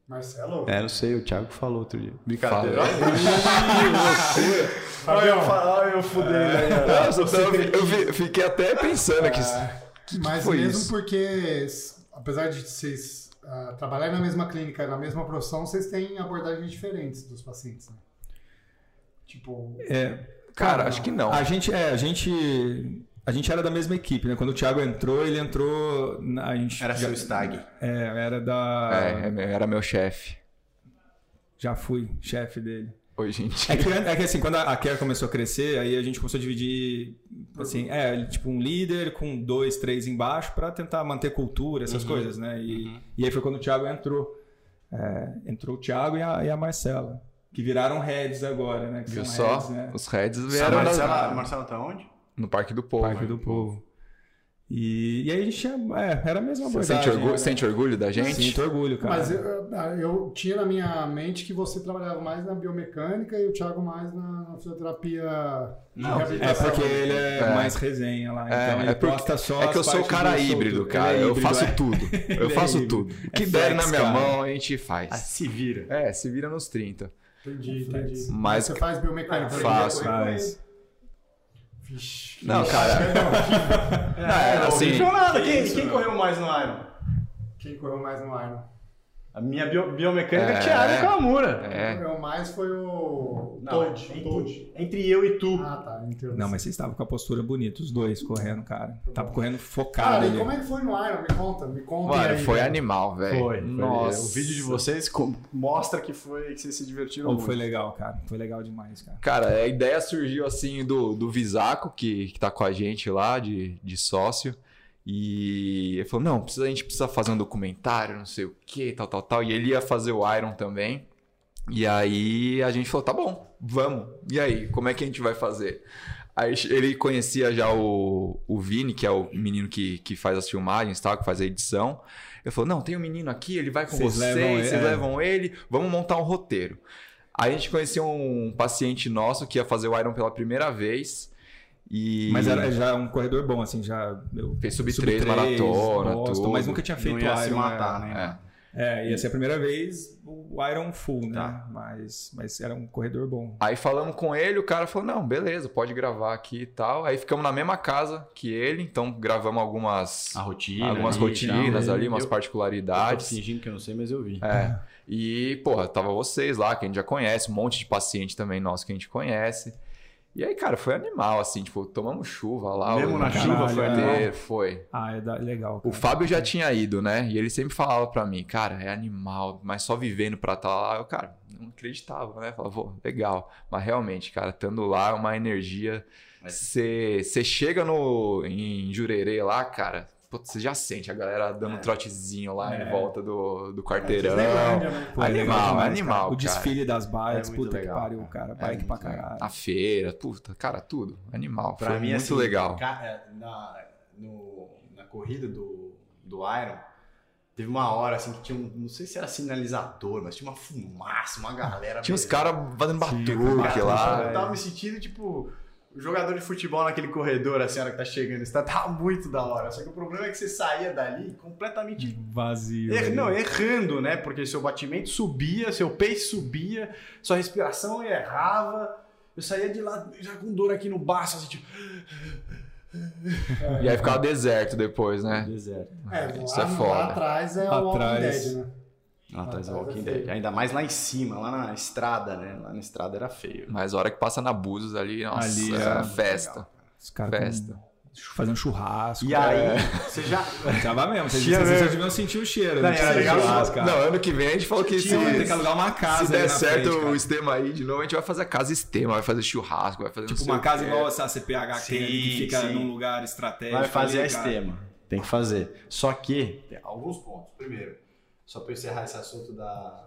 Marcelo? É, não sei, o Thiago falou outro dia. Brincadeira. Fabião, falar, eu fudei, né, Nossa, eu, vi- eu vi- fiquei até pensando que Mas foi mesmo isso? porque, s- apesar de vocês ah, trabalharem na mesma clínica, na mesma profissão, vocês têm abordagens diferentes dos pacientes, né? Tipo, É, Cara, acho que não. A gente, é, a gente. A gente era da mesma equipe, né? Quando o Thiago entrou, ele entrou. na- A gente Era já, seu stag. é, era da. É, era meu chefe. Já fui chefe dele. Oi, gente. É que, é que, assim, quando a a Care começou a crescer, aí a gente começou a dividir, assim, é, tipo, um líder com dois, três embaixo pra tentar manter Uhum. cultura, essas coisas, né? E, e aí foi quando o Thiago entrou. É, entrou o Thiago e a, e a Marcela, que viraram heads agora, né? Que Viu são só? heads, né? Os Reds né? A vieram Marcela, da- a Marcela tá onde? no Parque do Povo. né? Parque do Povo. E, e aí a gente tinha, é, era a mesma Você abordagem. sente orgulho, né? sente orgulho da gente? Sinto orgulho, cara. mas eu, ah, eu tinha na minha mente que você trabalhava mais na biomecânica e o Thiago mais na, na fisioterapia. Não, É porque ele é, É. mais resenha lá, É, então ele é porque- posta só É que eu as sou o partes cara do solto. híbrido, Ele cara. é eu híbrido, faço é. tudo. Eu é faço híbrido. tudo. O que É der na flex, minha cara. mão, a gente Ah, faz. se vira. É, se vira nos 30. Entendi, entendi. Mas- você faz biomecânica. né? Faço. Faz. Vixe. Não, cara. Não, era assim. é Não nada. Quem, quem correu mais no Iron? Quem correu mais no né? Iron? A minha bio- biomecânica É. Thiago Kawamura. Quem É. correu mais foi o Não, Toad. entre- o Toad. Entre eu e tu. Ah, tá. Entendeu. Não, mas vocês estavam com a postura bonita, os dois correndo, cara. Tava correndo focado Cara, e ali. como é que foi no Iron? Me conta, me conta. Mano, aí, foi velho. animal, velho. É. Nossa. Nossa. O vídeo de vocês com- mostra que foi que vocês se divertiram Pô, muito. foi legal, cara. Foi legal demais, cara. Cara, a ideia surgiu assim do, do Visaco, que, que tá com a gente lá, de, de sócio. E ele falou: não, precisa, a gente precisa fazer um documentário, não sei o que, tal, tal, tal. E ele ia fazer o Iron também. E aí a gente falou: tá bom, vamos. E aí, como é que a gente vai fazer? Aí ele conhecia já o, o Vini, que é o menino que, que faz as filmagens, tal, que faz a edição. Ele falou: não, tem um menino aqui, ele vai com Vocês vocês, levam ele, vocês é. levam ele, vamos montar um roteiro. Aí a gente conheceu um paciente nosso que ia fazer o Iron pela primeira vez. E Mas era já um corredor bom, assim, já. Eu fez sub-3, maratona, Boston, tudo. Mas nunca tinha feito não ia se Iron, matar, né? né? É. É, ia ser a primeira vez o Iron Full, né? Tá. Mas, mas era um corredor bom. Aí falamos com ele, o cara falou: não, beleza, pode gravar aqui e tal. Aí ficamos na mesma casa que ele, então gravamos algumas, A Ah, rotina. né? algumas ali e rotinas tal. ali, umas Eu- Eu tô particularidades. fingindo que eu não sei, mas eu vi. É. E, porra, tava vocês lá, que a gente já conhece, um monte de paciente também nosso que a gente conhece. E aí, cara, foi animal, assim, tipo, tomamos chuva lá. Mesmo o- na chuva, Caralho, foi animal? é, Foi. Ah, é da- legal. O cara. Fábio já tinha ido, né? E ele sempre falava pra mim, cara, é animal, mas só vivendo pra estar lá, eu, cara, não acreditava, né? Falava, pô, legal. Mas realmente, cara, estando lá é uma energia. Mas- Você chega no, em Jurerê lá, cara, você já sente a galera dando um trotezinho lá É. em volta do, do quarteirão. Disneylândia, né? Pô, é legal animal, demais, animal, cara. O cara. desfile das bikes, É muito puta legal, que pariu, cara. cara. É Bike pra muito legal. caralho. A feira, puta, cara, tudo. Animal. Pra Foi mim, muito assim, legal. ca- é, Na, no- na corrida do, do Iron, teve uma hora assim que tinha um. Não sei se era sinalizador, mas tinha uma fumaça, uma galera. Tinha uns velho. caras fazendo batuque Cara, É. lá. Eu tava me sentindo tipo. o Jogador de futebol naquele corredor, a senhora que tá chegando, está tá muito da hora. Só que o problema é que você saía dali completamente Vazio. Er- ali. não, errando, né? Porque seu batimento subia, seu pace subia, sua respiração errava. Eu saía de lá já com dor aqui no baço, assim, tipo. E aí ficava deserto depois, né? Deserto. É, Isso é lá, foda. lá atrás é o Walking Atrás. Dead, né? Atrás da Atrás é Walking feio. Dead. Ainda mais lá em cima, lá na estrada, né? Lá na estrada era feio. Mas a hora que passa na Búzios ali, nossa, Ali, é é. festa. Os caras Festa. com- fazendo churrasco. é. E aí, você já. Tava mesmo. Vocês, Tinha vocês mesmo. já deviam sentir o cheiro. é. Não, né? era legal. Churrasco, cara. Não, ano que vem a gente falou que se, Tinha, vai ter que alugar uma casa. se ali der na certo frente, cara. o sistema aí de novo, a gente vai fazer a casa sistema, vai fazer churrasco, vai fazer não Tipo, sei uma o casa quê. igual essa CPH que tem é. ali, que Sim, fica sim. num lugar estratégico. Vai fazer ali, esse cara. tema. Tem que fazer. Só que. Tem alguns pontos. Primeiro, só pra eu encerrar esse assunto da,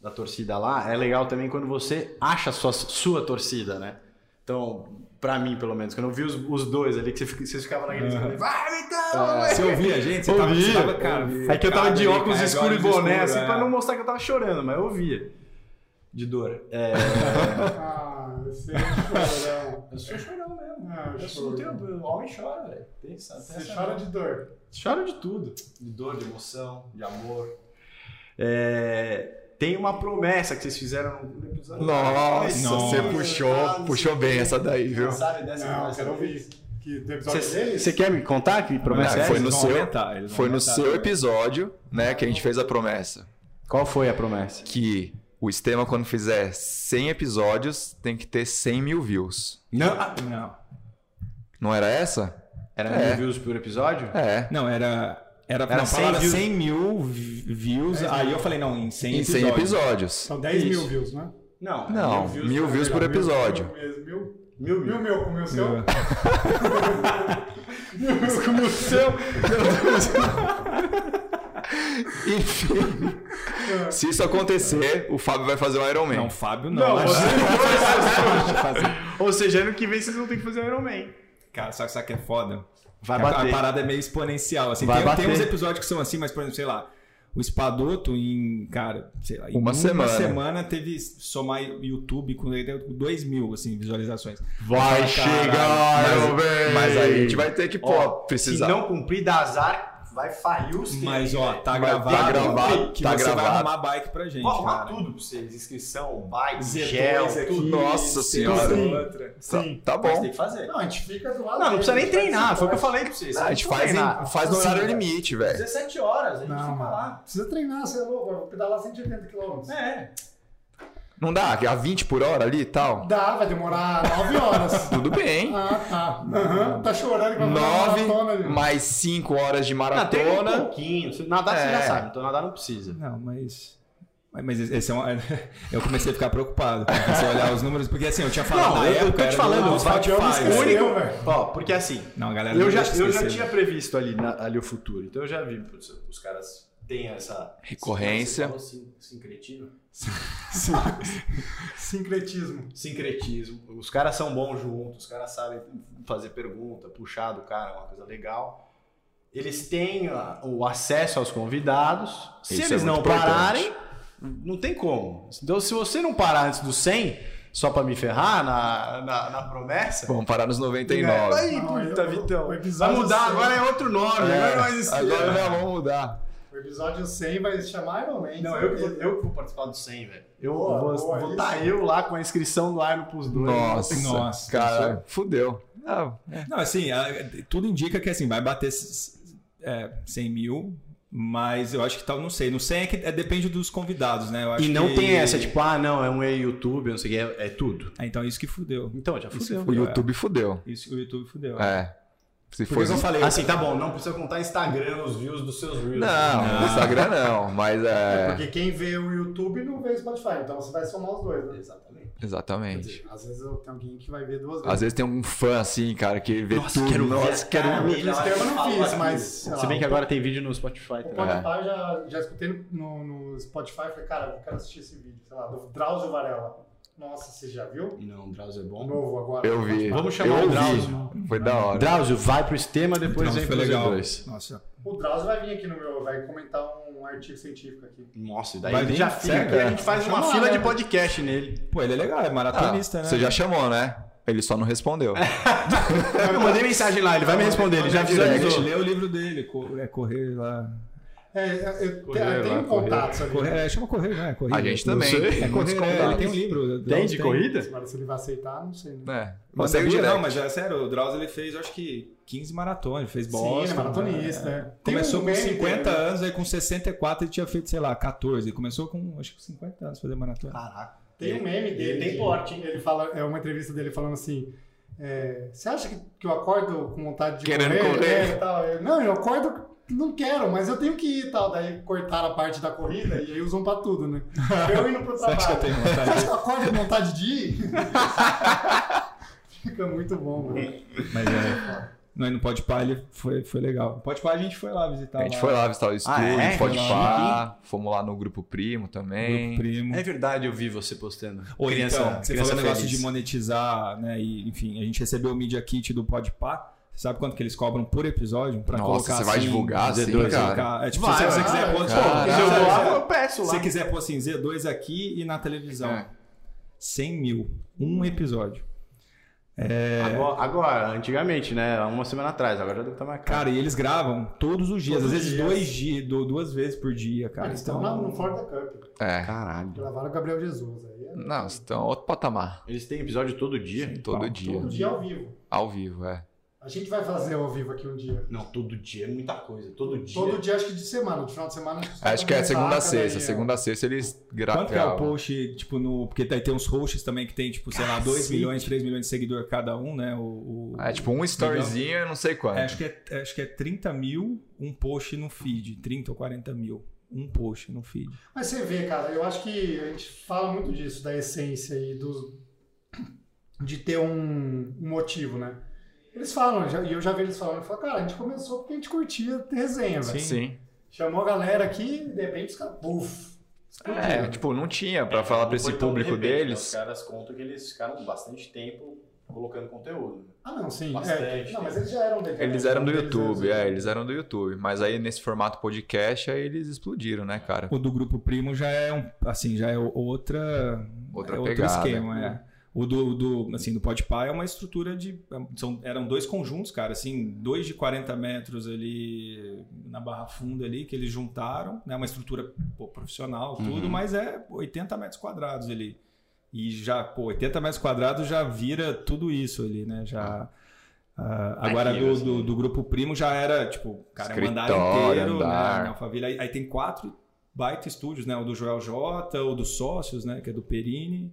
da torcida lá, é legal também quando você acha a sua, sua torcida, né? Então, pra mim, pelo menos, quando eu vi os, os dois ali, que você fica- vocês ficavam naquele. Uhum. Vai, então! Você ouvia a gente? Você Ouvia, tava, você tava, cara, É que eu tava de focado ali, óculos cara, escuro e óculos boné, escuro, assim, é. pra não mostrar que eu tava chorando, mas eu ouvia. De dor. É, Ah, você é chorão. eu sou chorão mesmo. Ah, É. Eu sou, choro. não tenho- o homem chora, velho. Tem essa- tem Você essa- chora de dor. Choro de tudo. De dor, de emoção, de amor. É, tem uma promessa que vocês fizeram no episódio. Nossa, Nossa. você puxou, puxou bem essa daí, viu? Sabe dessa Não, eu promessa quero deles? ouvir. Que do episódio Você deles? você quer me contar que promessa Não, é foi essa? no Eles vão seu- aumentar, eles vão Foi no aumentar seu também. episódio, né, que a gente fez a promessa. Qual foi a promessa? que o Estema, quando fizer 100 episódios, tem que ter 100 mil views. Não. Não. Não era essa? Era É. mil views por episódio? É. Não, era. Era, Era não, 100 falaram views. É. 100 mil vi- views. aí eu falei, não, em 100 Em 100 episódios. São 10 Isso. mil views, né? Não. Não, mil views por episódio. Mil, mil, Mil mil, mil. meu com o meu seu. Mil. Mil meu com o meu seu. Enfim. Se isso acontecer, o Fábio vai fazer um Iron Man. Não, Fábio não. Não, né? você não Vai fazer. Ou seja, ano que vem vocês vão ter que fazer o Iron Man. Cara, sabe sabe o que é foda? Vai a, bater. a parada é meio exponencial. Assim, Vai tem, bater. tem uns episódios que são assim, mas, por exemplo, sei lá, o Espadoto em, cara, sei lá, em Uma semana. semana teve somar YouTube com 2 mil assim, visualizações. Vai Ah, chegar, Mas, Iron Man. mas aí a gente vai ter que, pô, Ó, precisar. Se não cumprir, dá azar, vai falir os Mas ó, tá Mas gravado. tá gravado, que tá você vai gravado. arrumar bike pra gente. Vou arrumar cara. tudo pra vocês. Inscrição, bike, Z2 gel, aqui, tudo. Nossa Z2 Senhora. outra. Tá- Sim. Tá, Mas bom. tem que fazer. Não, a gente fica do Não, lado não deles, precisa nem a gente treinar. faz Foi o que eu isso, falei pra vocês. Ah, a gente faz, em, faz no Assim, horário né? limite, velho. 17 horas, a gente Não, fica mano. lá. Precisa treinar, você é louco. Eu vou pedalar 180 km. É. Não dá? A 20 por hora ali e tal? Dá, vai demorar 9 horas. Tudo bem. ah, tá. Aham, Tá chorando pra fazer uma maratona. 9 ali. mais 5 horas de Não, tem um maratona. pouquinho. Se Nadar você É. já sabe, então nadar não precisa. Não, mas. Mas esse é um. Eu comecei a ficar preocupado. Comecei a olhar os números, porque assim, eu tinha falado. Não, na eu- eu tô época, te era do- falando, do o Fabiano Spotify, esqueceu. né? Eu, velho. Ó, porque assim, Não, a galera eu não já, deixa eu já esquecer. tinha previsto ali, na- ali o futuro. Então eu já vi, putz, os caras tem essa Recorrência. Sin- sincretismo. Sincretismo. Sincretismo. Os caras são bons juntos, os caras sabem fazer pergunta, puxar do cara, é uma coisa legal. Eles têm ah, o acesso aos convidados. Se Isso é eles não muito importante. pararem, não tem como. Então, se você não parar antes dos 100, só pra me ferrar na, na, na promessa. Vamos parar nos é, 99. Aí, Não, puta, eu- Vitão. o Vai episódio mudar, cem- agora é outro nome. É, agora é mais estrela. né? agora já vamos mudar. O episódio 100 vai se chamar Iron Man. Não, eu, que vou- eu que vou participar do 100, velho. Eu Boa, vou boa, vou isso. tá eu lá com a inscrição do Iron pros dois. Nossa, Nossa, cara, fudeu. Ah, Não, assim, a- tudo indica que assim, vai bater s- s- é, 100 mil, mas eu acho que tal, não sei. Não sei é que é, depende dos convidados, né? Eu acho E não que- tem essa, tipo, ah, não, é um YouTube, não sei o que, é, é tudo. Ah, então isso que fudeu. Então, já Isso fudeu. o YouTube fudeu. Isso que o YouTube fudeu. É. Se Por que for que eu falei? Assim, tá bom, não precisa contar Instagram, os views dos seus reels. Não, no Instagram não, mas É é. porque quem vê o YouTube não vê o Spotify, então você vai somar os dois, né? Exatamente. Quer Exatamente. dizer, às vezes eu tenho alguém que vai ver duas vezes. Às vezes tem um fã assim, cara, que vê Nossa, tudo. quero ver Nossa, a quero cara ver. dele. Isso eu não Fala fiz, aqui. mas. sei lá, Se bem que agora tem vídeo no Spotify O é. também. Spotify já, já escutei no, no Spotify e falei, cara, eu quero assistir esse vídeo, sei lá, do Drauzio Varela. Nossa, você já viu? Não, Drauzio é bom. Novo agora. Eu vi. Vamos chamar eu o vi. Drauzio. Foi da hora. Drauzio, vai pro sistema, depois Não, vem foi pros legal. dois. Nossa, O Drauzio vai vir aqui no meu, vai comentar um artigo científico aqui. Nossa, e daí Vai ele vir, já fica sério, aqui, a cara. gente faz Vamos uma chamar, fila de né? podcast nele. pô, ele é legal, é Ah, maratonista, né? Você já chamou, né? Ele só não respondeu. Eu mandei mensagem lá, ele vai me responder, ele já Gente, viralizou. lê o livro dele, co- é, correr lá. É, é, eu Correr, tenho- eu tenho vai, um contato, sabe? Correr, é, chama correr, né? Correr, A gente Não também. sei. Tem É muitos correr, é, ele contatos. tem um livro. o Tem Drauzio de corrida? Agora, se ele vai aceitar, não sei. Né? É. Mas Você sabia, viu direto. não, mas é sério, o Drauzio ele fez, eu acho que 15 maratonas, ele fez Sim, Boston. ele é maratonista, né? Tem Começou um com meme 50 dele, né? anos, aí com 64 ele tinha feito, sei lá, 14. Ele começou com, acho que 50 anos fazer maratona. Caraca. Tem um meme dele. Ele tem de- porte, Ele fala, é uma entrevista dele falando assim. é, você acha que, que eu acordo com vontade de Querendo correr? correr. É, e tal. Eu, não, eu acordo, não quero, mas eu tenho que ir e tal. Daí cortaram a parte da corrida e aí usam pra tudo, né? Eu indo pro Você trabalho. acha que eu tenho Você acha vontade? que eu acordo com vontade de ir? Fica muito bom, mano. Mas é. Não, não pode pá, ele foi, foi legal. Pode pá, a gente foi lá visitar. A gente foi lá visitar o estúdio, é? pode Foi falar. Fomos lá no Grupo Primo também. Meu primo. É verdade, eu vi você postando. Ou então, você criança falou negócio feliz. de monetizar, né? E, enfim, a gente recebeu o Media Kit do Podpah. Você sabe quanto que eles cobram por episódio? Pra Nossa, colocar, você vai assim, divulgar assim, Z2, cara? colocar- É tipo, Vai, se você vai, quiser... vai. pôr- Cara, Se eu vou lá, Sabe, eu peço Se lá. você quiser pôr assim, Z2 aqui e na televisão. É. 100 mil. Um episódio. É. Agora, agora, antigamente, né? Há Uma semana atrás, agora já deve estar mais caro. Cara, e eles gravam todos os dias. Todos às vezes os dias. dois dias, du- duas vezes por dia, cara. Então, Eles estão na- no Florida Cup. É. Caralho. Gravaram o Gabriel Jesus. Aí é Não, então outro patamar. Eles têm episódio todo dia? Todo Tá, dia. todo dia ao vivo. Ao vivo, é. A gente vai fazer ao vivo aqui um dia. Não, todo dia é muita coisa. Todo dia. Todo dia, acho que de semana. De final de semana, acho que, só Acho que é quando segunda a saca, daí sexta. é- Segunda a sexta eles Quanto que é o gravam. post, tipo, no. Porque daí tem uns hosts também que tem, tipo, sei lá, 2 Cacete. milhões, 3 milhões de seguidor cada um, né? O, o- É tipo um storyzinho e não sei quanto. É, acho, que é, acho que é 30 mil um post no feed. 30 ou 40 mil. Um post no feed. Mas você vê, cara, eu acho que a gente fala muito disso, da essência e dos de ter um, um motivo, né? Eles falam, já- e eu já vi eles falando, eu falo, cara, a gente começou porque a gente curtia ter resenha, velho. Sim. Chamou a galera aqui e de repente os caras, puf, É, explodiram. tipo, não tinha pra falar pra esse Foi tão de público repente, né? deles. Os caras contam que eles ficaram bastante tempo colocando conteúdo. Ah, não, sim. Bastante. É, não, mas eles já eram daqui, Eles né? eram do Eles YouTube, é, eles eram do YouTube. Mas aí nesse formato podcast, aí eles explodiram, né, cara? O do grupo primo já é um, assim, já é o- outra Outra é outro pegada. esquema, é. O do, do assim, do Podpah é uma estrutura de é um, são, eram dois conjuntos, cara, assim, dois de 40 metros ali na Barra Funda ali que eles juntaram, né, uma estrutura pô, profissional, tudo, Uhum. mas é 80 metros quadrados ali. E já, pô, 80 metros quadrados já vira tudo isso ali, né? Já ah, agora Aquilo, do, assim. do, do grupo primo já era, tipo, cara, é um andar Escritório, inteiro, andar. né? Na Alphaville. Aí, aí tem quatro baita estúdios, né? O do Joel Jota, o dos sócios, né? Que é do Perini,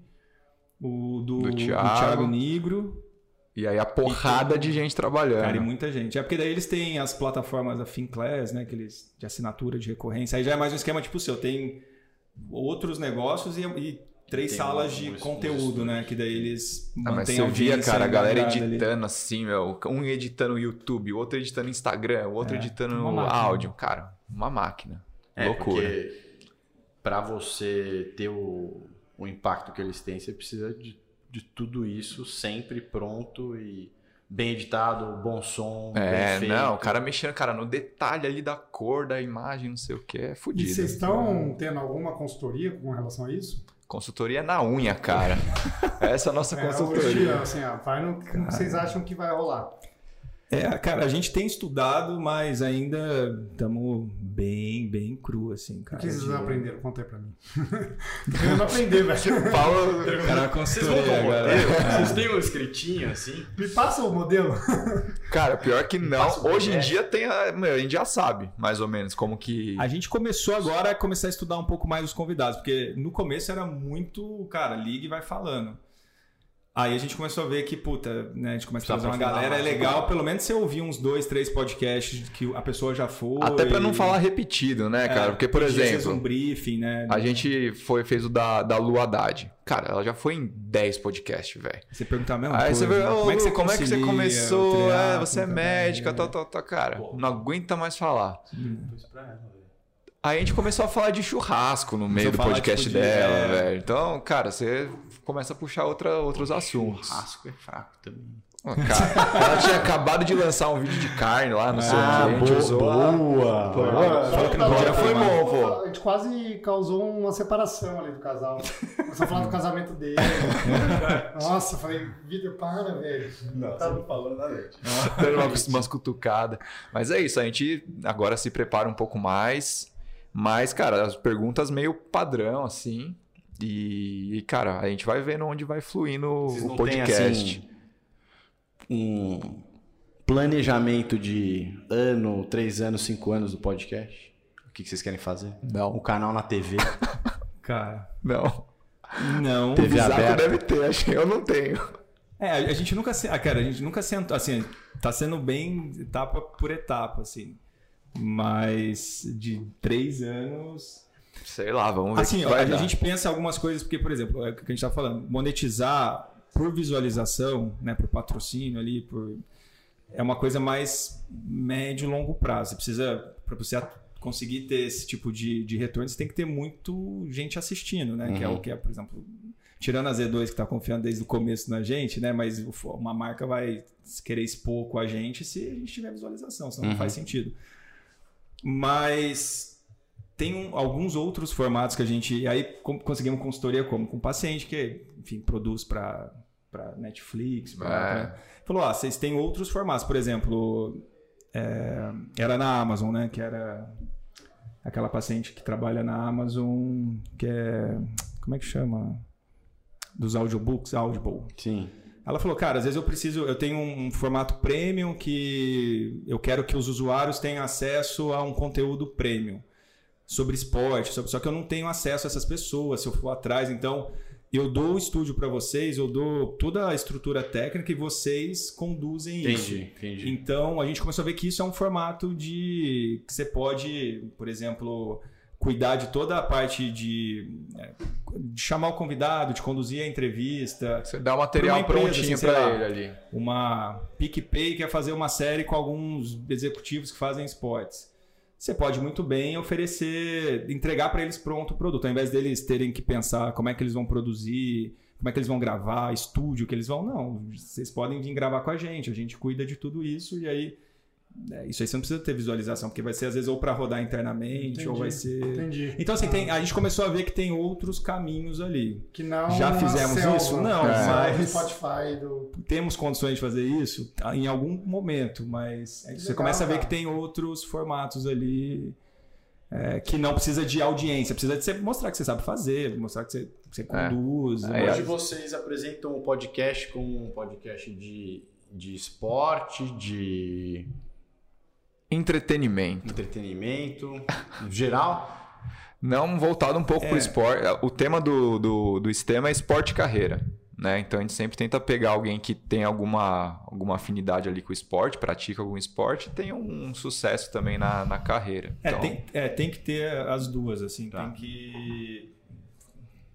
o do, Do do Thiago. Thiago Nigro, E aí a porrada de gente trabalhando. Ah, cara, e muita gente. É porque daí eles têm as plataformas da Finclass, né? Que eles, de assinatura, de recorrência. Aí já é mais um esquema tipo o seu, tem outros negócios e... e Três Tem salas um- de um- conteúdo, né? Que daí eles Ah, mas mantêm você via, audiência cara, a galera engajada ali. editando assim, meu. Um editando YouTube, o outro editando Instagram, o outro editando É, uma máquina. áudio. Cara, uma máquina. É, Loucura. porque para você ter o, o impacto que eles têm, você precisa de, de tudo isso sempre pronto e bem editado, bom som, É, bem feito. não, o cara mexendo, cara, no detalhe ali da cor, da imagem, não sei o que, é E fudido. vocês né? estão tendo alguma consultoria com relação a isso? Consultoria na unha, cara. Essa é a nossa É, consultoria. hoje, assim, ó, vai no no que vocês acham que vai rolar. É, cara, a gente tem estudado, mas ainda estamos bem, bem cru, assim, O cara. que vocês de- aprenderam? Conta aí pra mim. Eu não aprendi, velho. Paulo, Cara, um consultoria, cara. Vocês têm um scriptinho assim? Me passa o modelo. cara, pior que Faço não. Hoje em ideia. dia tem. A, meu, a gente já sabe, mais ou menos, como que. A gente começou agora a começar a estudar um pouco mais os convidados, porque no começo era muito, cara, liga e vai falando. Aí a gente começou a ver que, puta, né, a gente começa a Precisa trazer uma aprofundar galera, é mais. tipo- legal, pelo menos você ouvir uns dois, três podcasts que a pessoa já foi. Até pra não falar repetido, né, cara? Porque, por podia ser um exemplo, briefing, né? a gente foi, fez o da, da Lu Haddad. Cara, ela já foi em 10 podcasts, velho. Você perguntar mesmo. Aí você né, vê, ô, como, é que você, concilia o começou? É, triatlo você é também, médica, né? tal, tal, tal. Cara, Boa. não aguenta mais falar. Aí a gente começou a falar de churrasco no meio do falar, podcast tipo, de- dela, é. velho. Então, cara, você começa a puxar outra, outros assuntos. Churrasco é fraco também. Ah, Cara, ela tinha acabado de lançar um vídeo de carne lá, não sei o que. A gente usou. Ah, boa! Falou que não podia, foi bom, pô. A gente quase causou uma separação ali do casal. Começou a falar do casamento dele. É Nossa, eu falei, vida, para, velho. Não, Tá- falou nada. Dando uma- umas cutucadas. Mas é isso, a gente agora se prepara um pouco mais. Mas, cara, as perguntas meio padrão, assim. E, e, cara, a gente vai vendo onde vai fluindo Vocês o não têm, podcast. assim, um planejamento de ano, três anos, cinco anos do podcast? O que que vocês querem fazer? Um Não, canal na TV. Cara, não. não. O Teve Zaco aberta. deve ter, acho que eu não tenho. É, a a gente nunca, se- ah, cara, a gente nunca sentou, assim, tá sendo bem etapa por etapa, assim. Mas de três anos. Sei lá, vamos ver. o Assim, que ó, vai a dar. gente pensa algumas coisas, porque, por exemplo, é o que a gente tá falando, monetizar por visualização, né, por patrocínio ali, por é uma coisa mais médio e longo prazo. Você precisa, para você at- conseguir ter esse tipo de, de retorno, você tem que ter muito gente assistindo, né? Que é Uhum. o que é, por exemplo, tirando a Z2 que tá confiando desde o começo na gente, né? Mas o fo- uma marca vai querer expor com a gente se a gente tiver visualização, senão Uhum. não faz sentido. Mas tem um- alguns outros formatos que a gente. e Aí com- conseguimos consultoria como? Com paciente que, enfim, produz para Netflix, pra, É. Falou, ah, vocês têm outros formatos. Por exemplo, é, era na Amazon, né? Que era aquela paciente que trabalha na Amazon, que é... Como é que chama? Dos audiobooks, Audible. Sim. Ela falou, cara, às vezes eu preciso... Eu tenho um formato premium que eu quero que os usuários tenham acesso a um conteúdo premium. Sobre esporte, sobre- só que eu não tenho acesso a essas pessoas, se eu for atrás, então... Eu dou o estúdio para vocês, eu dou toda a estrutura técnica e vocês conduzem isso. Entendi, entendi. Então a gente começou a ver que isso é um formato de que você pode, por exemplo, cuidar de toda a parte de, é, de chamar o convidado, de conduzir a entrevista. Você dá o material Pra uma empresa, prontinho assim, pra sei lá. ele ali. Uma PicPay quer fazer uma série com alguns executivos que fazem esportes. Você pode muito bem oferecer, entregar para eles pronto o produto, ao invés deles terem que pensar como é que eles vão produzir, como é que eles vão gravar, estúdio que eles vão. Não, vocês podem vir gravar com a gente, a gente cuida de tudo isso e aí É, Isso aí você não precisa ter visualização, porque vai ser às vezes ou para rodar internamente, ou Entendi. vai ser. Entendi. Ah, Então, assim, tem- a gente começou a ver que tem outros caminhos ali. Que não Já a fizemos selva, isso? Não, a selva mas- do Spotify, do... Temos condições de fazer isso tá, em algum momento, mas é Que você legal, começa a ver cara. que tem outros formatos ali é, que não precisa de audiência, precisa de você mostrar que você sabe fazer, mostrar que você, que você conduz. Aí, mas- Hoje vocês apresentam o podcast como um podcast de, de esporte, de Entretenimento. entretenimento, em geral. Não voltado um É. pouco pro esporte. O tema do, do, do STEM é esporte e carreira. Né? Então a gente sempre tenta pegar alguém que tem alguma, alguma afinidade ali com o esporte, pratica algum esporte e tem um sucesso também na, na carreira. É, Então, tem, é, tem que ter as duas, assim, Tá. tem que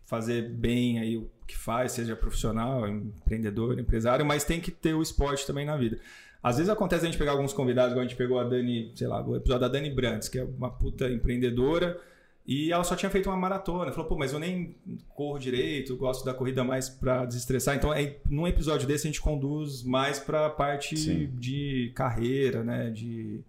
fazer bem aí o que faz, seja profissional, empreendedor, empresário, mas tem que ter o esporte também na vida. Às vezes acontece a gente pegar alguns convidados, igual a gente pegou a Dani, sei lá, o episódio da Dani Brandes, que é uma puta empreendedora, e ela só tinha feito uma maratona. Falou, pô, mas eu nem corro direito, gosto da corrida mais pra desestressar. Então, aí, num episódio desse, a gente conduz mais pra parte Sim. de carreira, né? De,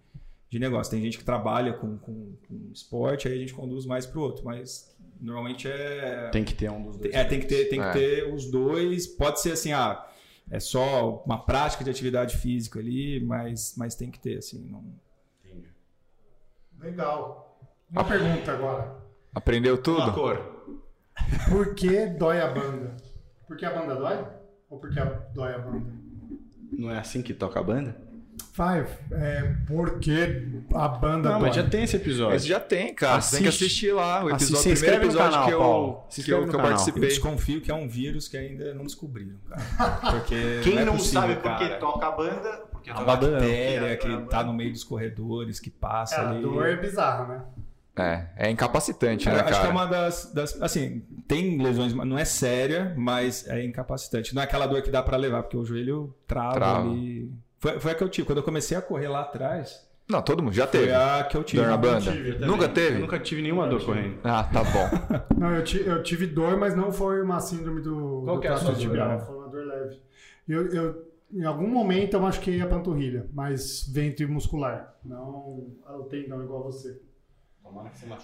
de negócio. Tem gente que trabalha com, com, com esporte, aí a gente conduz mais pro outro, mas normalmente é. Tem que ter um dos dois. É, tem que ter, tem que É. ter os dois. Pode ser assim, ah, é só uma prática de atividade física ali, mas, mas tem que ter, assim. Não... Legal. Uma pergunta agora. Aprendeu Uma tudo? cor. Por que dói a banda? Porque a banda dói? Ou porque a- dói a banda? Não é assim que toca a banda? Five, é porque a banda Não, dói. mas já tem esse episódio. Mas já tem, cara. Tem que Assiste. assistir lá o Assiste, episódio, se o primeiro inscreve no episódio canal, que eu, Paulo. Se que eu, inscreve que no eu canal. Eu participei. desconfio que é um vírus que ainda não descobriram, cara. Porque Quem é não, possível, sabe por que cara. toca a banda? Porque A toca bactéria que tá no meio dos corredores, que passa Cara, a ali. dor é bizarra, né? É, é incapacitante, Cara, né, acho que é cara? uma das, das- Assim, tem lesões, mas não é séria, mas é incapacitante. Não é aquela dor que dá pra levar, porque o joelho trava, Trava. ali. Foi, foi a que eu tive. Quando eu comecei a correr lá atrás, Não, todo mundo já foi teve. a que eu tive. Dor na banda. tive, eu Nunca teve? Eu nunca tive nenhuma dor correndo. Ah, tá bom. Não, eu, ti- eu tive dor, mas não foi uma síndrome do, Qual do que é a sua dor, tibial, né? foi uma dor leve. Eu, eu- em algum momento eu machuquei a panturrilha, mas ventre muscular, não ah, o tendão igual você.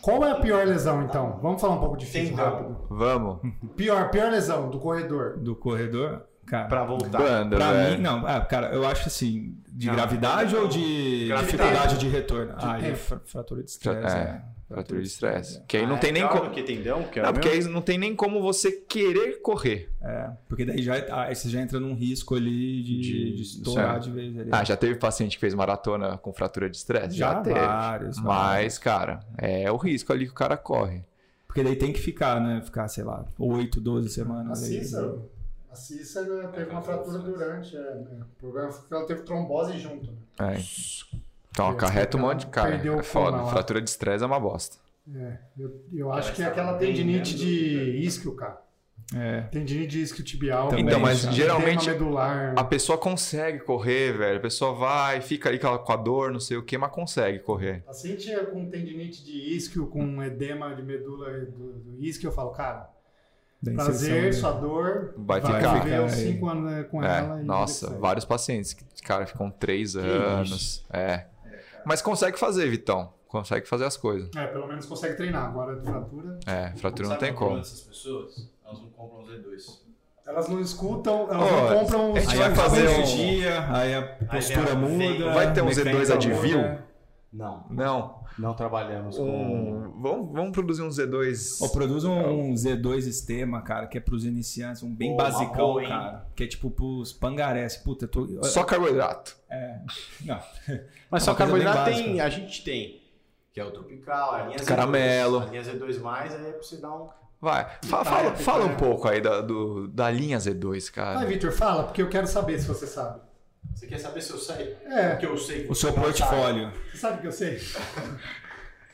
Qual é a pior lesão, então? Vamos falar um pouco de físico Tendão. rápido. Vamos. Pior, pior lesão do corredor. Do corredor, cara. Pra voltar. Banda, Pra velho. mim, não. Ah, cara, eu acho assim, de Não. gravidade ou de Gravidade. dificuldade de retorno? De ah, é tempo. fra- fratura de estresse. É, né? Fratura de estresse. é. Que aí não Ah, tem é nem pior como. do que tendão, que é Não, o porque meu? aí não tem nem como você querer correr. Porque daí já, ah, aí você já entra num risco ali de, De- de estourar certo. de vez ali. Ah, já teve paciente que fez maratona com fratura de estresse? É. Já teve. vários, Mas, cara, é o risco ali que o cara corre. Porque daí tem que ficar, né? Ficar, sei lá, 8, 12 A semanas. aí. Cissa, a Cissa né, teve uma fratura durante, é, né? o problema foi que ela teve trombose junto. né? É. Então, Deus, acarreta um cara, monte de cara. perdeu É o foda. pulmão lá. Fratura de estresse é uma bosta. É, eu, eu acho que é estava aquela bem tendinite dentro de isquio, cara. É. Tendinite de isquiotibial. Também, Então, mas cara. geralmente- Edema medular. A pessoa consegue correr, velho. A pessoa vai, fica ali com a- com a dor, não sei o que, mas consegue correr. Paciente com tendinite de isquio, com edema de medula do, do isquio, eu falo, cara, Da prazer, inserção, sua dor. Vai vai ficar. viver uns Vai ficar, 5 anos né, com É, ela. e nossa, vida que segue. vários pacientes que, cara, ficam três anos. É. Mas consegue fazer, Vitão. Consegue fazer as coisas. É, pelo menos consegue treinar. Agora, de fratura. É, fratura não Sabe tem qual é o problema como. dessas pessoas? Elas não compram os E2. Elas não escutam, elas Ó, não compram os a gente Aí vai vai fazer fazer um- um dia, aí a postura ela vem, muda. Vai ter um mecânica Z2 Advil? muda. Não, Não. não trabalhamos com... Um, vamos, vamos produzir um Z2. Ou produz um, um Z2 sistema, cara, que é pros iniciantes, um bem Pô, uma basicão, boa, hein? cara. Que é tipo pros pangarés. Puta, eu tô. Só carboidrato. Não. Mas É só uma coisa bem carboidrato tem, básica. a gente tem. Que é o tropical, a linha Z2. Caramelo. A linha Z2+, aí é pra você dar um... Vai. Fala, Tá, fala, é, fala um é. pouco aí da, do- da linha Z2, Vai, cara. Vitor, fala, porque eu quero saber se você sabe. Você quer saber se eu sei? É. O que eu sei? O seu Como eu portfólio. Você sabe que eu sei?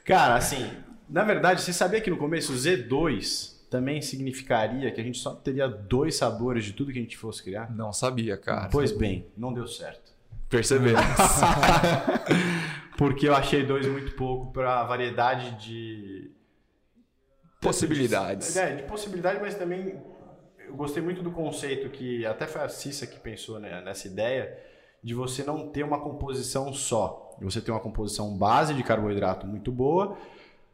Cara, assim, na verdade, você sabia que no começo o Z2 também significaria que a gente só teria dois sabores de tudo que a gente fosse criar? Não sabia, cara. Pois bem, não deu certo. Percebeu. Porque eu achei dois muito pouco para a variedade de. Possibilidades. É, de possibilidade, mas também eu gostei muito do conceito que até foi a Cissa que pensou né, nessa ideia de você não ter uma composição só. Você tem uma composição base de carboidrato muito boa,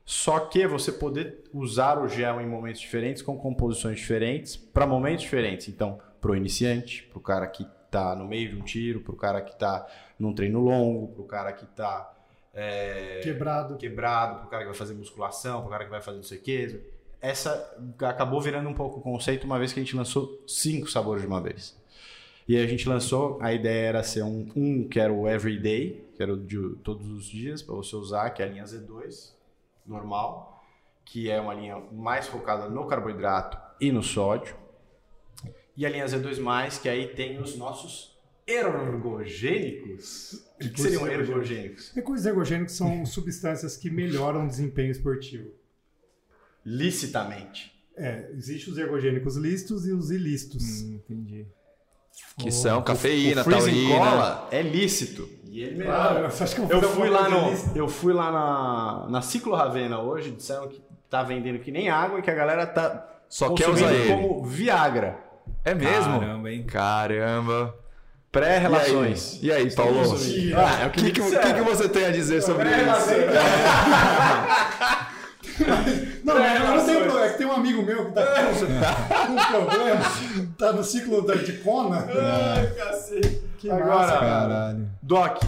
só que você poder usar o gel em momentos diferentes, com composições diferentes, para momentos diferentes. Então, pro iniciante, pro cara que tá no meio de um tiro, pro cara que tá num treino longo, pro cara que tá é, Quebrado. quebrado, pro cara que vai fazer musculação, pro cara que vai fazer não sei o que. Essa acabou virando um pouco o conceito uma vez que a gente lançou cinco sabores de uma vez. E aí a gente lançou, a ideia era ser um, um que era o everyday, que era o de todos os dias para você usar, que é a linha Z2, normal, que é uma linha mais focada no carboidrato e no sódio. E a linha Z2+, que aí tem os nossos ergogênicos. O que, que seriam ergogênicos? Recursos ergogênicos são substâncias que melhoram o desempenho esportivo. Licitamente. É, existem os ergogênicos listos e os ilícitos. Hum, entendi. que são cafeína, freezing taurina. cola é lícito. E ele Claro, você acha que eu Eu vou fui dar lá uma no, eu fui lá na na Ciclo Ravena hoje, disseram que tá vendendo que nem água e que a galera tá Só quer consumindo usar ele. como Viagra. É mesmo? Caramba, hein? Caramba. Pré-relações. E aí, e aí Paulo? lista? Ah, é O que, que, o que que você tem a dizer sobre tá isso? Não, mas eu não tem problema. É que tem um amigo meu que tá com, com problema. Tá no ciclo da, de Kona. tá Que É. Agora, massa, cara. Caralho. Doc,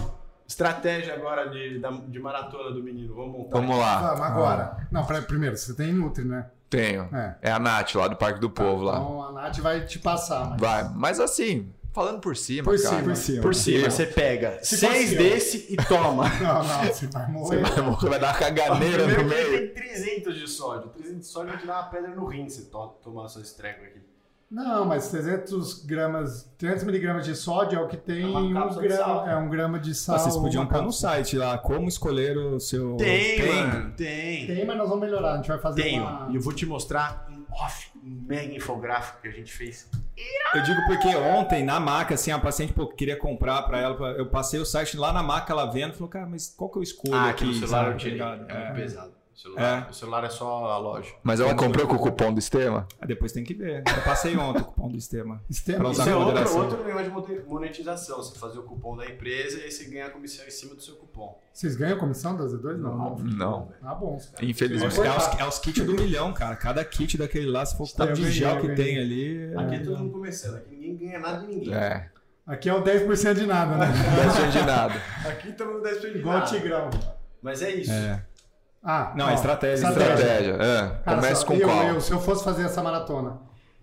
estratégia agora de, da- de maratona do menino. Vamos montar. Vamos lá. Vamos agora. Não, pera- primeiro, você tem Nutri, né? Tenho. É. É a Nath lá do Parque do Povo lá. Então a Nath vai te passar. Mas... Vai. Mas assim, falando por cima, Por cara. cima. Por cima. Por Sim, cima. você pega Se seis fosse eu. desse e toma. Não, não, você vai morrer. Vai dar uma caganeira no Primeiro que É meio. ele tem 300 de sódio. 300 de sódio vai te dar uma pedra no rim se to tomar só esse treco aqui. Não, mas 300 gramas, 300 miligramas de sódio é o que tem É uma um, cápsula de sal. grama, é, um grama de sal. Ah, vocês podiam uma pôr no cápsula. site lá, como escolher o seu... mano. Tem. Tem, mas nós vamos melhorar. A gente vai fazer Tenho. uma... E eu vou te mostrar um off, um mega infográfico que a gente fez. Eu digo porque ontem, na maca, assim, a paciente, pô, queria comprar pra ela, eu passei o site lá na maca, ela vendo, falou, cara, mas qual Ah, que eu escolho Ah, aqui? sabe, tá ligado? É muito É. pesado. O celular, o celular é só a loja. Mas ela comprou com o cupom do sistema? Ah, Depois tem que ver. Eu passei ontem o cupom do sistema. Sistema. Pra usar Isso é com outro, moderação. outro negócio de monte- monetização. Você fazer o cupom da empresa e aí você ganha a comissão em cima do seu cupom. Vocês ganham comissão da Z2? Não. Não. Tá bom. cara. É os, Infelizmente. é os- é os kits do milhão, cara. Cada kit daquele lá, se for o Tá, quanto eu de ganhei, gel eu que ganhei. tem ali. Aqui é- é todo mundo começando. Aqui ninguém ganha nada de ninguém. É. Aqui é o 10% de nada, né? Não de nada. Aqui todo mundo deve ser de Igual o nada. Tigrão. Mas é isso. É. Ah, Não, ó, é estratégia. Estratégia. Estratégia. É. Cara, Começa só- com eu, qual? eu, se eu fosse fazer essa maratona,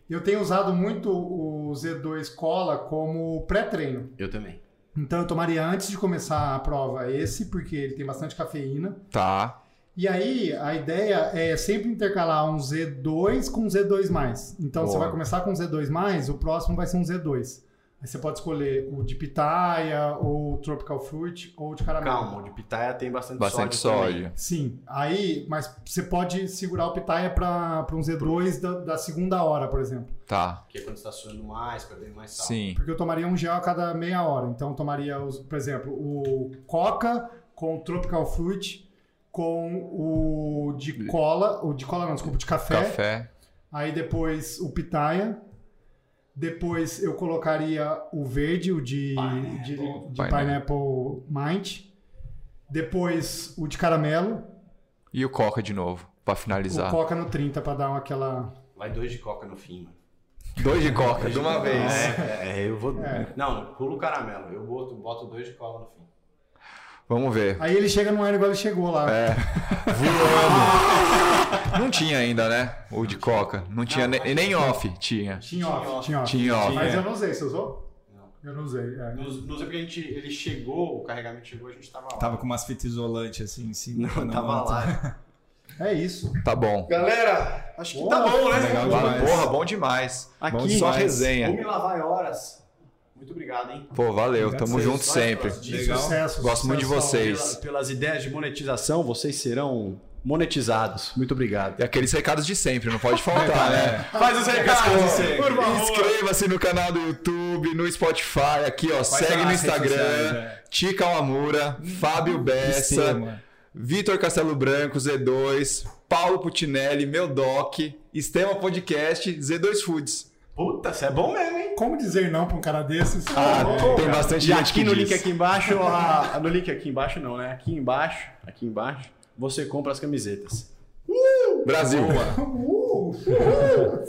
eu tenho usado muito o Z2 Cola como pré-treino. Eu também. Então eu tomaria antes de começar a prova esse, porque ele tem bastante cafeína. Tá. E aí a ideia é sempre intercalar um Z2 com um Z2. Então você Boa. vai começar com um Z2, o próximo vai ser um Z2. Aí você pode escolher o de pitaia, ou tropical fruit, ou de caramelo. Calma, o de pitaia tem bastante, Bastante sódio. sódio. Sim, aí, mas você pode segurar o pitaia para um Z2 da, da segunda hora, por exemplo. Tá. Porque quando você tá suando mais, perdendo mais sal. Sim. Porque eu tomaria um gel a cada meia hora. Então eu tomaria, os, por exemplo, o Coca com Tropical Fruit, com o de cola, o de cola não, desculpa, de café. Café. Aí depois o pitaia. Depois eu colocaria o verde, o de Pineapple. de, de Pineapple. pineapple Mint. Depois o de caramelo, E o Coca de novo, pra finalizar. o Coca no 30 para dar uma aquela Vai dois de coca no fim, mano. Dois de Coca, de uma vez. É, é, eu vou. É. Não, pula o caramelo. Eu boto, boto dois de cola no fim. Vamos ver. Aí ele chega no ano igual ele chegou lá. É. Voando. Não tinha ainda, né? O de Coca. Não tinha ne- nem off. Tinha. Tinha off, tinha off. Tinha off. Mas eu não usei, você usou? Não. Eu não usei. é. Nos, nos porque a gente, ele chegou, o carregamento chegou, a gente tava lá. Tava com umas fitas isolantes assim em cima. Não, tava lá. É isso. Tá bom. Galera, acho que Boa, tá bom, né? legal Vale- demais. Porra, bom demais. Aqui, né? Bom só demais. Vou resenha. me lavar em horas. Muito obrigado, hein? Pô, valeu. Obrigado Tamo vocês, junto só sempre. pelas dicas. Legal. Sucesso. Gosto muito de sucesso. você. Vocês. Pela- pelas ideias de monetização, vocês serão monetizados. Muito obrigado. E aqueles recados de sempre, não pode faltar, né? é. Faz os recados, por Inscreva-se no canal do YouTube, no Spotify, aqui, ó. segue no tá nas redes sociais, Instagram. é. Tica Alamura, Fábio Bessa. mano. Vitor Castelo Branco, Z2, Paulo Putinelli, meu doc, Estema Podcast, Z2 Foods. Puta, você é bom mesmo, hein? Como dizer não pra um cara desses? Pô, Ah, tem bastante E gente aqui que no diz. link aqui embaixo, a- no link aqui embaixo não, né? Aqui embaixo, aqui embaixo, você compra as camisetas. Brasil. uh,